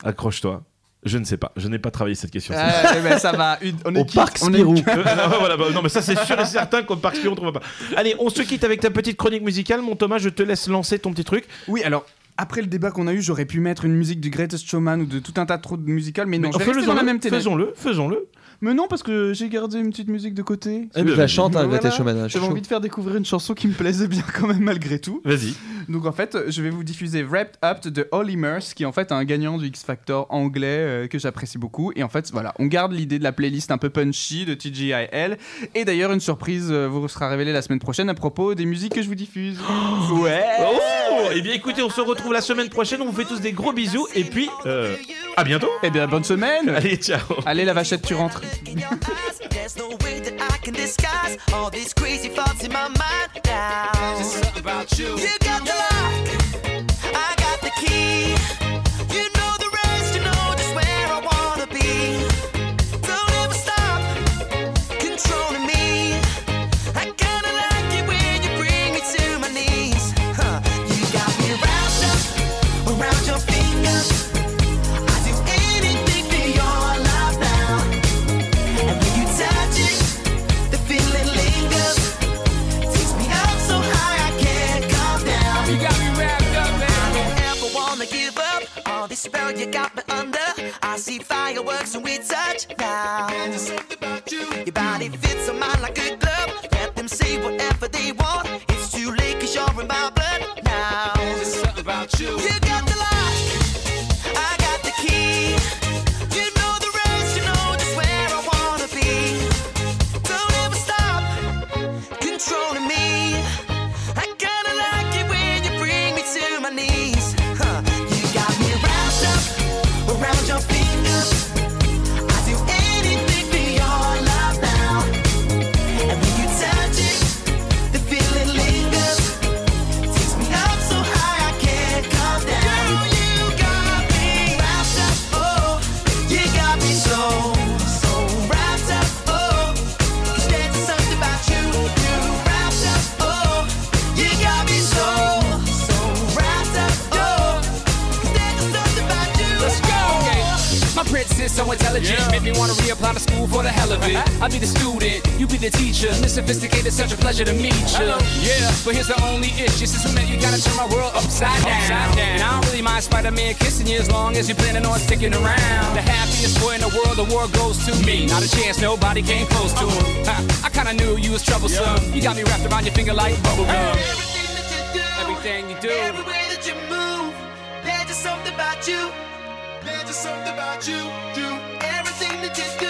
[SPEAKER 2] Accroche-toi. Je ne sais pas. Je n'ai pas travaillé cette question. c'est-
[SPEAKER 4] Ah, eh ben, ça va. Une- on est
[SPEAKER 5] Au
[SPEAKER 4] quitte,
[SPEAKER 5] parc
[SPEAKER 4] on est-
[SPEAKER 5] Spirou.
[SPEAKER 2] Euh, non, voilà, bah, non, mais ça, c'est sûr et certain qu'on part on trouve pas. Allez, on se quitte avec ta petite chronique musicale. Mon Thomas, je te laisse lancer ton petit truc.
[SPEAKER 4] Oui, alors. Après le débat qu'on a eu, j'aurais pu mettre une musique du Greatest Showman ou de tout un tas de trucs musicales, mais non, je vais rester dans la même télé.
[SPEAKER 2] Faisons-le, faisons-le.
[SPEAKER 4] Mais non, parce que j'ai gardé une petite musique de côté.
[SPEAKER 2] Eh
[SPEAKER 5] Je
[SPEAKER 2] ben,
[SPEAKER 5] la chante, hein,
[SPEAKER 4] Voilà.
[SPEAKER 5] Greta Schumann.
[SPEAKER 4] J'avais envie de faire découvrir une chanson qui me plaisait bien quand même malgré tout.
[SPEAKER 2] Vas-y.
[SPEAKER 4] Donc en fait, je vais vous diffuser Wrapped Up de Holly Murs, qui est en fait un gagnant du X Factor anglais euh, que j'apprécie beaucoup. Et en fait, voilà, on garde l'idée de la playlist un peu punchy de TGIL. Et d'ailleurs, une surprise euh, vous sera révélée la semaine prochaine à propos des musiques que je vous diffuse. ouais
[SPEAKER 2] Oh Eh bien, écoutez, on se retrouve la semaine prochaine. On vous fait tous des gros bisous. Et puis, euh, à bientôt.
[SPEAKER 4] Eh bien, bonne semaine
[SPEAKER 2] Allez, ciao.
[SPEAKER 4] Allez, la vachette, tu rentres.
[SPEAKER 7] There's no way that I can disguise all these crazy thoughts in my mind now. Just something about you. You got the lock, I got the key. You know the rest, you know just where I wanna be. Don't ever stop controlling me. I kinda like it when you bring me to my knees. Huh. You got me wrapped up around your finger. I do anything for your love now. And when you touch it, the feeling lingers. Takes me up so high I can't come down. You got me wrapped up, man. I don't ever wanna give up. All this spell you got me under. I see fireworks when we touch down. There's something about you. Your body fits on mine like a glove. Let them say whatever they want. It's too late cause you're in my blood now. There's something about you. You got the lock. I got the key. You know the rest, you know just where I wanna be. Don't ever stop controlling me. I kinda like it when you bring me to my knees. Huh. You got me wrapped up around your finger. I do anything for your love now. And when you touch it, the feeling lingers. Takes me up so high I can't come down. you got me wrapped up, oh, you got me so, so wrapped up, oh. 'Cause there's something about you, you wrapped up, oh, you got me so, so wrapped up, oh. 'Cause there's something about you. oh. Let's go.
[SPEAKER 8] My princess, so intelligent, made me wanna reapply to school for the hell of it. I'll be the student, you be the teacher. Miss Sophisticated, such a pleasure to meet you. Yeah, but here's the only issue. Since we met, you gotta turn my world upside down. And I don't really mind Spider-Man kissing you as long as you're planning on sticking around. The happiest boy in the world, the world goes to me. Not a chance, nobody came close to him. Ha, I kinda knew you was troublesome. You got me wrapped around your finger like bubblegum.
[SPEAKER 7] Everything that you do,
[SPEAKER 8] Everything you do.
[SPEAKER 7] every way that you move, there's just something about you. There's just something about you. Do everything that you do. oh, oh. oh. oh. oh.